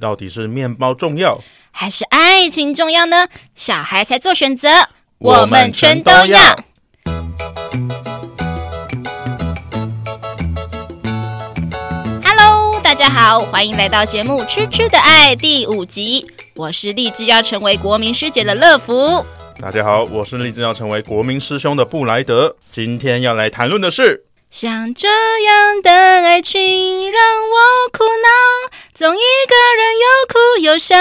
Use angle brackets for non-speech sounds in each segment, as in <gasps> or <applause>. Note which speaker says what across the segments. Speaker 1: 到底是面包重要？
Speaker 2: 还是爱情重要呢？小孩才做选择，
Speaker 1: 我们全都要。
Speaker 2: Hello，大家好，欢迎来到节目《吃吃的爱》第五集。我是立志要成为国民师姐的乐福。
Speaker 1: 大家好，我是立志要成为国民师兄的布莱德，今天要来谈论的是
Speaker 2: 像这样的爱情让我苦恼，总一个人又哭又笑。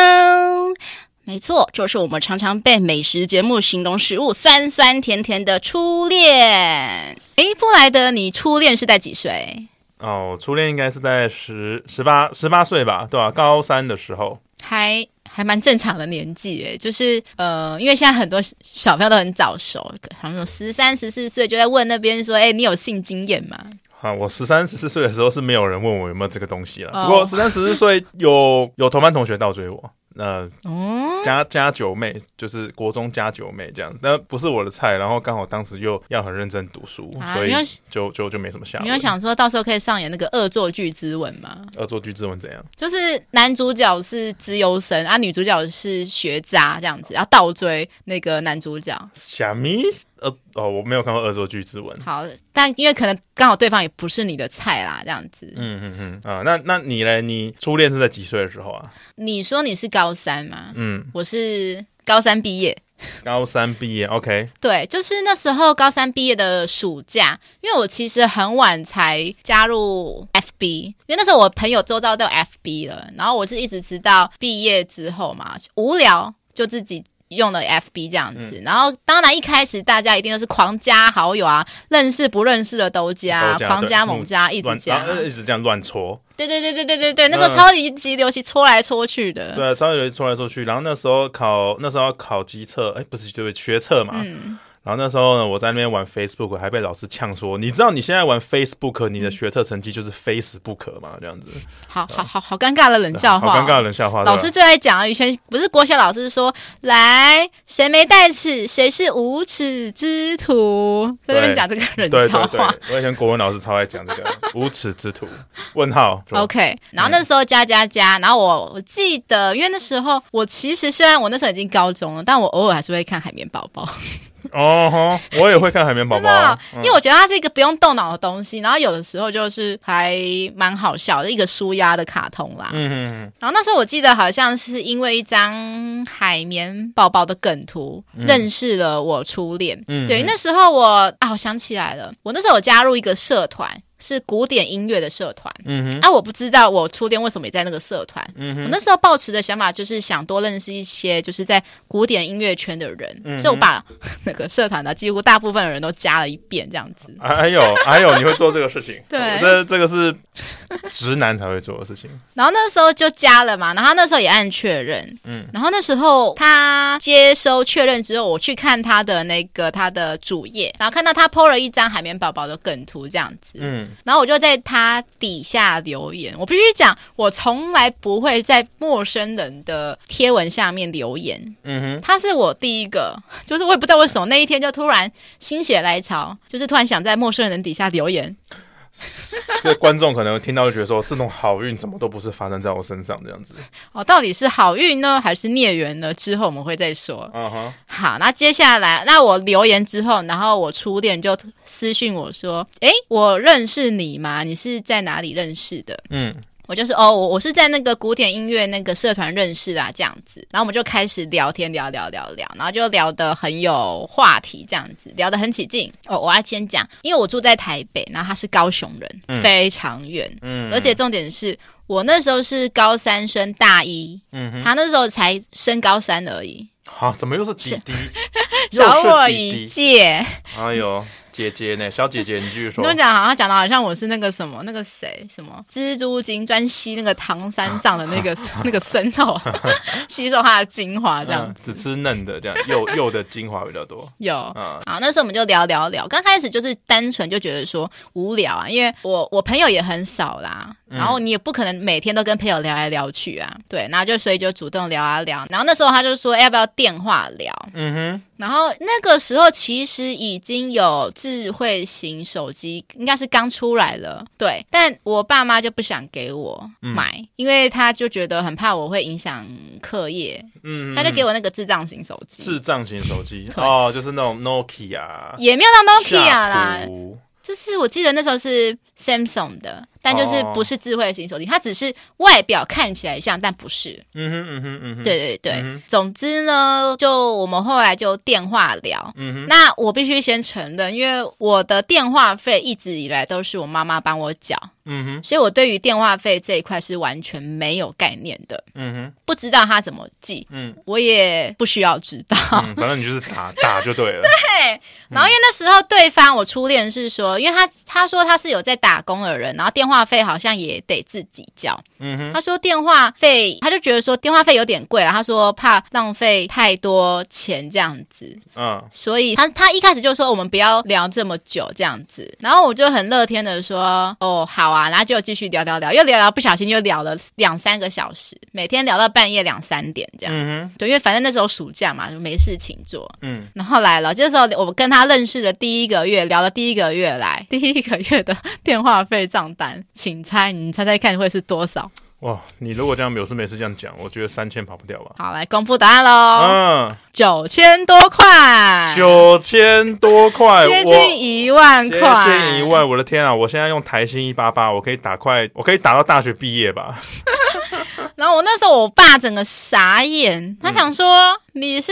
Speaker 2: 没错，就是我们常常被美食节目形容食物酸酸甜甜的初恋。哎诶，布莱德，你初恋是在几岁？
Speaker 1: 哦，初恋应该是在十十八十八岁吧，对吧、高三的时候，
Speaker 3: 还还蛮正常的年纪诶，就是呃，因为现在很多小朋友都很早熟，好像十三、十四岁就在问那边说：“哎、你有性经验吗
Speaker 1: 啊，我十三十四岁的时候是没有人问我有没有这个东西了。
Speaker 3: 哦
Speaker 1: 不过十三十四岁有有同班同学倒追我，那、
Speaker 2: 哦
Speaker 1: 加加九妹就是国中加九妹这样，但不是我的菜。然后刚好当时又要很认真读书，
Speaker 3: 啊
Speaker 1: 所以
Speaker 3: 你有
Speaker 1: 就就就没什么下？”文。
Speaker 3: 你有想说到时候可以上演那个恶作剧之吻吗？
Speaker 1: 恶作剧之吻怎样？
Speaker 3: 就是男主角是资优生啊，女主角是学渣这样子，然后倒追那个男主角。
Speaker 1: 虾米？呃哦，我没有看过恶作剧之吻。
Speaker 3: 好，但因为可能刚好对方也不是你的菜啦，这样子。
Speaker 1: 嗯嗯嗯啊，那那你嘞？你初恋是在几岁的时候啊？
Speaker 3: 你说你是高三吗？
Speaker 1: 嗯，
Speaker 3: 我是高三毕业，
Speaker 1: 高三毕业，OK，
Speaker 3: 对，就是那时候高三毕业的暑假，因为我其实很晚才加入 FB，因为那时候我朋友周遭都有 FB 了，然后我是一直直到毕业之后嘛，无聊就自己。用了 FB 这样
Speaker 1: 嗯
Speaker 3: 子，然后当然一开始大家一定都是狂加好友啊，认识不认识的都加，
Speaker 1: 都加
Speaker 3: 狂
Speaker 1: 对嗯
Speaker 3: 加猛加，一直啊
Speaker 1: 乱
Speaker 3: 加
Speaker 1: 然，后一直这样乱戳，
Speaker 3: 对对对对对对对，那时
Speaker 1: 嗯
Speaker 3: 候超级级流行搓来搓去的，
Speaker 1: 对啊，超级戳来戳去。然后那时候考，那时候要考机测，哎，不是对不对，学测嘛。
Speaker 3: 嗯，
Speaker 1: 然后那时候呢，我在那边玩 Facebook，还被老师呛说，你知道你现在玩 Facebook，你的
Speaker 3: 嗯
Speaker 1: 学测成绩就是非死不可嘛，这样子。
Speaker 3: 好好好好尴尬的冷
Speaker 1: 对
Speaker 3: 笑话哦，
Speaker 1: 好尴尬的冷笑话。对吧
Speaker 3: 老师最爱讲啊，以前不是国小老师说，来，谁没带尺，谁是无耻之徒，在那边讲这个人
Speaker 1: 对
Speaker 3: 笑
Speaker 1: 对对
Speaker 3: 话。，
Speaker 1: 我以前国文老师超爱讲这个无耻之徒。问号
Speaker 3: OK，然后那时候加加加，然后我我记得，因为那时候我其实虽然我那时候已经高中了，但我偶尔还是会看《海绵宝宝》
Speaker 1: 哦吼，我也会看海绵宝
Speaker 3: 真
Speaker 1: 宝
Speaker 3: 的哦
Speaker 1: 啊，，
Speaker 3: 因为我觉得它是一个不用动脑的东西，然后有的时候就是还蛮好笑的一个舒压的卡通啦。
Speaker 1: 嗯嗯
Speaker 3: 然后那时候我记得好像是因为一张海绵宝宝的梗图、认识了我初恋。
Speaker 1: 嗯
Speaker 3: 对，那时候我啊，我想起来了，我那时候有加入一个社团，是古典音乐的社团。
Speaker 1: 嗯哼
Speaker 3: 啊，我不知道我初恋为什么也在那个社团。
Speaker 1: 嗯
Speaker 3: 我
Speaker 1: 哼
Speaker 3: 那时候抱持的想法就是想多认识一些就是在古典音乐圈的人，
Speaker 1: 嗯哼
Speaker 3: 所以我把 <laughs> 那个社团的几乎大部分的人都加了一遍，这样子。
Speaker 1: 啊 <laughs> 还有还有，你会做这个事情？
Speaker 3: 对
Speaker 1: 我这这个是直男才会做的事情。
Speaker 3: 然后那时候就加了嘛，然后那时候也按确认，
Speaker 1: 嗯
Speaker 3: 嗯，然后那时候他接收确认之后，我去看他的那个他的主页，然后看到他 PO 了一张海绵宝宝的梗图这样子，
Speaker 1: <laughs> 嗯，
Speaker 3: 然后我就在他底下留言，我必须讲，我从来不会在陌生人的贴文下面留言，
Speaker 1: 嗯
Speaker 3: 他是我第一个，就是我也不知道为什么那一天就突然心血来潮，就是突然想在陌生人底下留言，
Speaker 1: 哼，这观众可能听到就觉得说，这种好运怎么都不是发生在我身上这样子。
Speaker 3: 哦，到底是好运呢，还是孽缘呢？之后我们会再说。
Speaker 1: 嗯哼，
Speaker 3: 好，那接下来，那我留言之后，然后我初恋就私讯我说：“诶，我认识你吗？你是在哪里认识的
Speaker 1: 嗯？”
Speaker 3: 我就是哦，我我是在那个古典音乐那个社团认识啊，这样子。然后我们就开始聊天，聊聊聊聊，然后就聊得很有话题，这样子聊得很起劲。哦，我要先讲，因为我住在台北，然后他是高雄人，
Speaker 1: 嗯
Speaker 3: 非常远，
Speaker 1: 嗯，
Speaker 3: 而且重点是我那时候是高三升大一，
Speaker 1: 嗯哼，
Speaker 3: 他那时候才升高三
Speaker 1: <laughs>
Speaker 3: 而已。
Speaker 1: 好，怎么又是弟弟？又
Speaker 3: 小我
Speaker 1: 是
Speaker 3: 一
Speaker 1: 弟弟。
Speaker 3: 届。
Speaker 1: 哎呦，姐姐呢？小姐姐，你继续
Speaker 3: 你
Speaker 1: 说
Speaker 3: 跟。我讲，好像讲的好像我是那个什么，那个谁，什么蜘蛛精专吸那个唐三藏的
Speaker 1: <laughs>
Speaker 3: 那个 <laughs> 那个僧头， <laughs> 吸收他的精华这样
Speaker 1: 嗯
Speaker 3: 子。
Speaker 1: 只吃嫩的这样，幼幼的精华比较多。
Speaker 3: 有，
Speaker 1: 嗯
Speaker 3: 好，那时候我们就聊聊聊。刚开始就是单纯就觉得说无聊啊，因为我我朋友也很少啦，
Speaker 1: 嗯
Speaker 3: 然后你也不可能每天都跟朋友聊来聊去啊，对，然后就所以就主动聊啊聊，然后那时候他就说、哎要不要电话聊，
Speaker 1: <laughs> 嗯
Speaker 3: 然后那个时候其实已经有智慧型手机，应该是刚出来了，对。但我爸妈就不想给我
Speaker 1: 嗯
Speaker 3: 买，因为他就觉得很怕我会影响课业，
Speaker 1: 哼，嗯，
Speaker 3: 他就给
Speaker 1: 我
Speaker 3: 我那个智障型手机，
Speaker 1: 智障型手机
Speaker 3: 对
Speaker 1: 哦，就是那种 Nokia、
Speaker 3: 也没有到 Nokia 啦
Speaker 1: 夏，普
Speaker 3: 就是我记得那时候是 Samsung 的，但就是
Speaker 1: 哦
Speaker 3: 不是智慧型手机，它只是外表看起来像，但不是。
Speaker 1: 嗯哼嗯哼嗯哼，
Speaker 3: 对，对对，
Speaker 1: 嗯哼
Speaker 3: 总之呢，就我们后来就电话聊。
Speaker 1: 嗯哼，
Speaker 3: 那我必须先承认，因为我的电话费一直以来都是我妈妈帮我缴，
Speaker 1: 嗯哼
Speaker 3: 所以我对于电话费这一块是完全没有概念的，
Speaker 1: 嗯哼
Speaker 3: 不知道它怎么记， <laughs>
Speaker 1: 嗯
Speaker 3: 我也不需要知道。
Speaker 1: 嗯，反正你就是打打就对了，嗯
Speaker 3: 然后因为那时候对方我初恋是说，因为他他说他是有在打工的人，然后电话费好像也得自己交。
Speaker 1: 嗯哼
Speaker 3: 他说电话费，他就觉得说电话费有点贵啊，他说怕浪费太多钱这样子，
Speaker 1: 嗯
Speaker 3: 所以他他一开始就说我们不要聊这么久这样子，然后我就很乐天的说哦好啊，然后就继续聊聊聊，又聊聊，不小心就聊了两三个小时，每天聊到半夜两三点这样。
Speaker 1: 嗯哼
Speaker 3: 对，因为反正那时候暑假嘛，就没事情做，
Speaker 1: 嗯
Speaker 3: 然后来了，这时候我跟他认识的第一个月，聊了第一个月来， <laughs> 第一个月的电话费账单，请猜，你猜猜看会是多少？
Speaker 1: 哇，你如果这样有事没事这样讲，我觉得三千跑不掉吧。
Speaker 3: 好，来公布答案喽，
Speaker 1: 嗯，
Speaker 3: 九千多块，
Speaker 1: 啊九千多块，
Speaker 3: 接
Speaker 1: 我
Speaker 3: 近一万
Speaker 1: 接
Speaker 3: 块，
Speaker 1: 近一。万，我的天啊！我现在用台新一八八，我可以打快，我可以打到大学毕业吧？
Speaker 3: 然后我那时候我爸整个傻眼，他想说、你是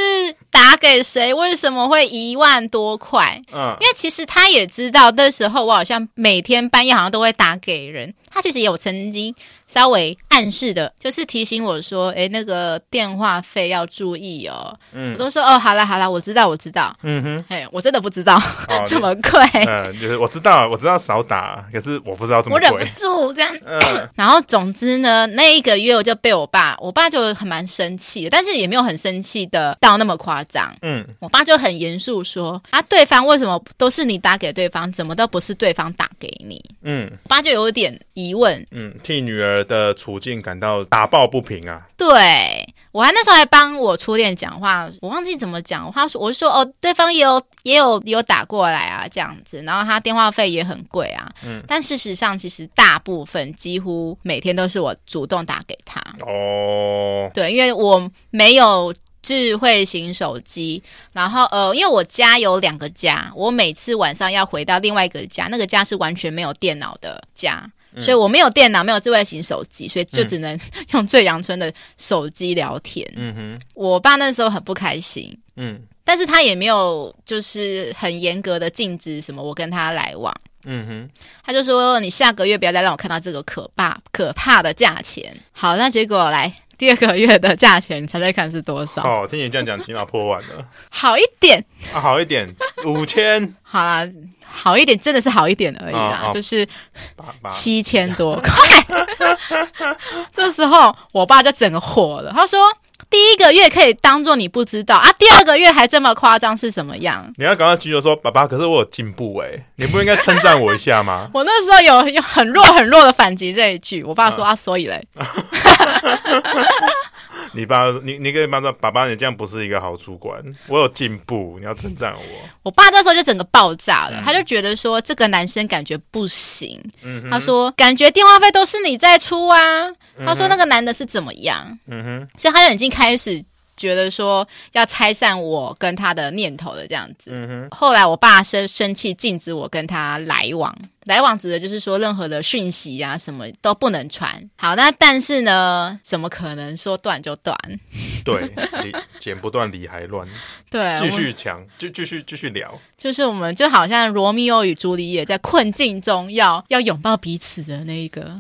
Speaker 3: 打给谁？为什么会一万多块？
Speaker 1: 嗯
Speaker 3: 因为其实他也知道，那时候我好像每天半夜好像都会打给人。他其实也有曾经稍微暗示的，就是提醒我说：“诶，那个电话费要注意哦。”我
Speaker 1: 嗯
Speaker 3: 都说：“哦，好啦好啦，我知道我知道。
Speaker 1: 嗯哼，”
Speaker 3: 哎，我真的不知道
Speaker 1: 好
Speaker 3: 这么贵，
Speaker 1: 嗯，哦就是我知道，我知道少打，可是我不知道这么
Speaker 3: 我忍不
Speaker 1: 贵。
Speaker 3: 住这样。
Speaker 1: 嗯
Speaker 3: 然后总之呢，那一个月我就被我爸，我爸就很蛮生气的，但是也没有很生气的到那么夸张。
Speaker 1: 嗯
Speaker 3: 我爸就很严肃说：“啊，对方为什么都是你打给对方，怎么都不是对方打给你？”
Speaker 1: 嗯
Speaker 3: 我爸就有点疑问，
Speaker 1: 嗯，替女儿的处境感到打抱不平啊！
Speaker 3: 对我还那时候还帮我初恋讲话，我忘记怎么讲，他说我就说哦，对方也有也有也有打过来啊这样子，然后他电话费也很贵啊，
Speaker 1: 嗯
Speaker 3: 但事实上其实大部分几乎每天都是我主动打给他，
Speaker 1: 哦，
Speaker 3: 对，因为我没有。智慧型手机，然后呃，因为我家有两个家，我每次晚上要回到另外一个家，那个家是完全没有电脑的家，所以我没有电脑，没有智慧型手机，所以就
Speaker 1: 嗯
Speaker 3: 只能 <laughs> 用最阳春的手机聊天。
Speaker 1: 嗯哼，
Speaker 3: 我爸那时候很不开心，
Speaker 1: 嗯
Speaker 3: 但是他也没有就是很严格的禁止什么我跟他来往，
Speaker 1: 嗯哼，
Speaker 3: 他就说你下个月不要再让我看到这个可怕可怕的价钱。好，那结果来第二个月的价钱，你猜猜看是多少？
Speaker 1: 好，哦听你这样讲，起码破万了 <laughs>
Speaker 3: 好一点，
Speaker 1: 啊，好一点，五千
Speaker 3: 好啦，好一点，真的是好一点而已啦，
Speaker 1: 哦哦
Speaker 3: 就是
Speaker 1: 八八，
Speaker 3: 七千多块。 <laughs> 这时候我爸就整个火了，他说。第一个月可以当做你不知道啊，第二个月还这么夸张是怎么样？
Speaker 1: 你要赶快拒绝说，爸爸，可是我有进步哎、你不应该称赞我一下吗？ <laughs>
Speaker 3: 我那时候有有很弱很弱的反击这一句，我爸说、啊，所以嘞，
Speaker 1: 你爸，你你跟你爸说，爸爸，你这样不是一个好主管，我有进步，你要称赞我。
Speaker 3: 我爸那时候就整个爆炸了，他就觉得说这个男生感觉不行，
Speaker 1: 嗯哼，
Speaker 3: 他，说感觉电话费都是你在出啊，他说那个男的是怎么样，
Speaker 1: 嗯哼，
Speaker 3: 所以他就已经开始觉得说要拆散我跟他的念头了这样子。
Speaker 1: 嗯哼，
Speaker 3: 后来我爸生生气，禁止我跟他来往。来往指的就是说，任何的讯息啊，什么都不能传。好，那但是呢，怎么可能说断就断？
Speaker 1: 对，理剪不断理还
Speaker 3: <laughs>
Speaker 1: 乱，
Speaker 3: 对，
Speaker 1: 继
Speaker 3: 我
Speaker 1: 续强，就继续继续聊。
Speaker 3: 就是我们就好像罗密欧与朱丽叶在困境中要要拥抱彼此的那一个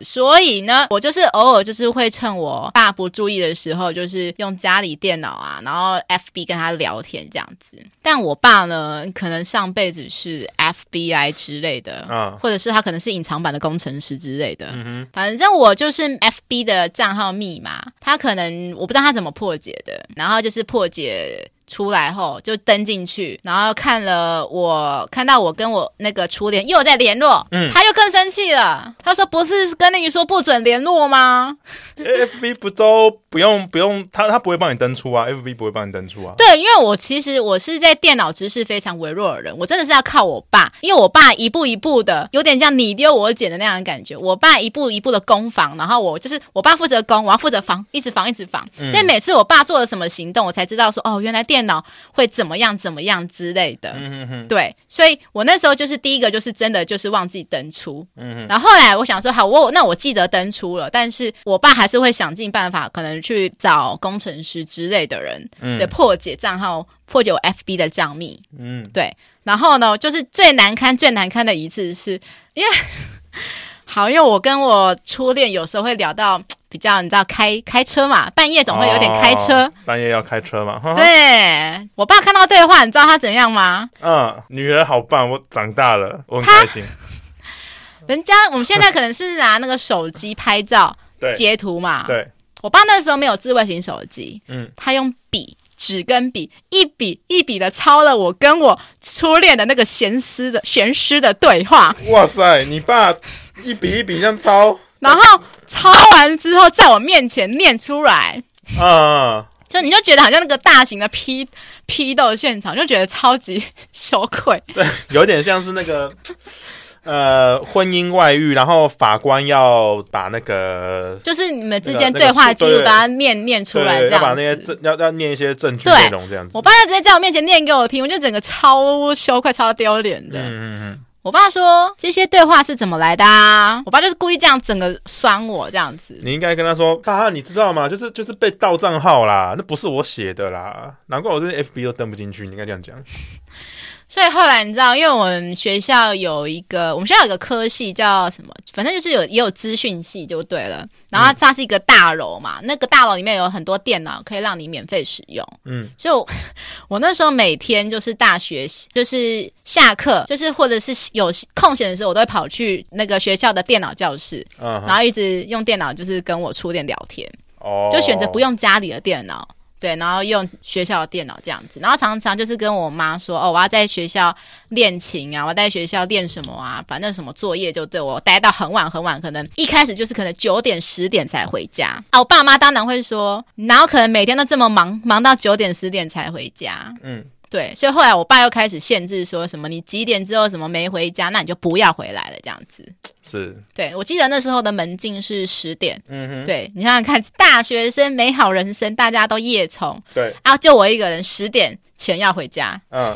Speaker 3: 所以呢，我就是偶尔就是会趁我爸不注意的时候，就是用家里电脑啊，然后 FB 跟他聊天这样子。但我爸呢，可能上辈子是 FBI 之类的，
Speaker 1: 嗯
Speaker 3: 或者是他可能是隐藏版的工程师之类的。
Speaker 1: 嗯
Speaker 3: 反正我就是 FB 的账号密码，他可能我不知道他怎么破解的，然后就是破解出来后就登进去，然后看了我看到我跟我那个初恋又在联络，
Speaker 1: 嗯
Speaker 3: 他又更生气了，他说不是跟你说不准联络吗？
Speaker 1: FB 不都不用不用，他他不会帮你登出啊，FB 不会帮你登出啊。
Speaker 3: 对，因为我其实我是在电脑知识非常微弱的人，我真的是要靠我爸，因为我爸一步一步的，有点像你丢我捡的那样的感觉。我爸一步一步的攻防，然后我就是我爸负责攻，我要负责防，一直防一直防。所以每次我爸做了什么行动，我才知道说哦，原来电脑会怎么样怎么样之类的。
Speaker 1: 嗯哼哼，
Speaker 3: 对，所以我那时候就是第一个，就是真的就是忘记登出，
Speaker 1: 嗯
Speaker 3: 然后后来我想说，好，我那我记得登出了，但是我爸还是会想尽办法，可能去找工程师之类的人，
Speaker 1: 嗯
Speaker 3: 对，破解账号，破解我 FB 的账密，
Speaker 1: 嗯，
Speaker 3: 对。然后呢，就是最难堪、最难堪的一次是，因为好，因为我跟我初恋有时候会聊到比较，你知道开开车嘛，半夜总会有点开车。
Speaker 1: 哦半夜要开车嘛。哈哈，啊
Speaker 3: 对我爸看到对话，你知道他怎样吗？
Speaker 1: 嗯，女人好棒，我长大了，我很开心。
Speaker 3: 人家我们现在可能是拿那个手机拍照
Speaker 1: 对
Speaker 3: 截图嘛。
Speaker 1: 对，
Speaker 3: 我爸那时候没有智慧型手机，
Speaker 1: 嗯，
Speaker 3: 他用笔、纸跟笔一笔一笔的抄了我跟我初恋的那个闲诗的闲诗的对
Speaker 1: <laughs>
Speaker 3: 话，
Speaker 1: 哇塞，你爸一笔一笔这样抄，
Speaker 3: 然后抄完之后在我面前念出来。
Speaker 1: 啊，
Speaker 3: 就你就觉得好像那个大型的批批斗现场，就觉得超级羞愧。
Speaker 1: 对， <laughs> 有点像是那个。呃，婚姻外遇，然后法官要把那个
Speaker 3: 就是你们之
Speaker 1: 那个
Speaker 3: 间
Speaker 1: 那个
Speaker 3: 对话
Speaker 1: 是
Speaker 3: 记录
Speaker 1: 对
Speaker 3: 都要念念出来，
Speaker 1: 对
Speaker 3: 这
Speaker 1: 要把
Speaker 3: 样
Speaker 1: 那些
Speaker 3: 子。
Speaker 1: 证要要念一些证据
Speaker 3: 对
Speaker 1: 内容这样子。
Speaker 3: 我爸就直接在我面前念给我听，我就整个超羞愧、超丢脸的。
Speaker 1: 嗯嗯
Speaker 3: 我爸说这些对话是怎么来的啊？我爸就是故意这样整个酸我这样
Speaker 1: 嗯，
Speaker 3: 子。
Speaker 1: 你应该跟他说，哈哈，你知道吗？就是就是被盗账号啦，那不是我写的啦，难怪我这些 FB 都登不进去。你应该这样讲。
Speaker 3: 所以后来你知道，因为我们学校有一个，我们学校有一个科系叫什么，反正就是有也有资讯系就对了。然后它是一个大楼嘛，那个大楼里面有很多电脑可以让你免费使用。
Speaker 1: 嗯，
Speaker 3: 所以我 <laughs> 我那时候每天就是大学，就是下课，就是或者是有空闲的时候，我都会跑去那个学校的电脑教室，
Speaker 1: 嗯
Speaker 3: 然后一直用电脑就是跟我初恋聊天，
Speaker 1: 哦，
Speaker 3: 就选择不用家里的电脑，对，然后用学校的电脑这样子，然后常常就是跟我妈说，哦，我要在学校练琴啊，我要在学校练什么啊，反正什么作业就对我待到很晚很晚，可能一开始就是可能九点十点才回家啊，我爸妈当然会说，哪有可能每天都这么忙，忙到九点十点才回家。
Speaker 1: 嗯，
Speaker 3: 对，所以后来我爸又开始限制说什么你几点之后什么没回家，那你就不要回来了这样子。
Speaker 1: 是，
Speaker 3: 对我记得那时候的门禁是十点，
Speaker 1: 嗯哼，
Speaker 3: 对你想想看，大学生美好人生，大家都夜从
Speaker 1: 对，
Speaker 3: 啊，就我一个人十点前要回家。
Speaker 1: 嗯，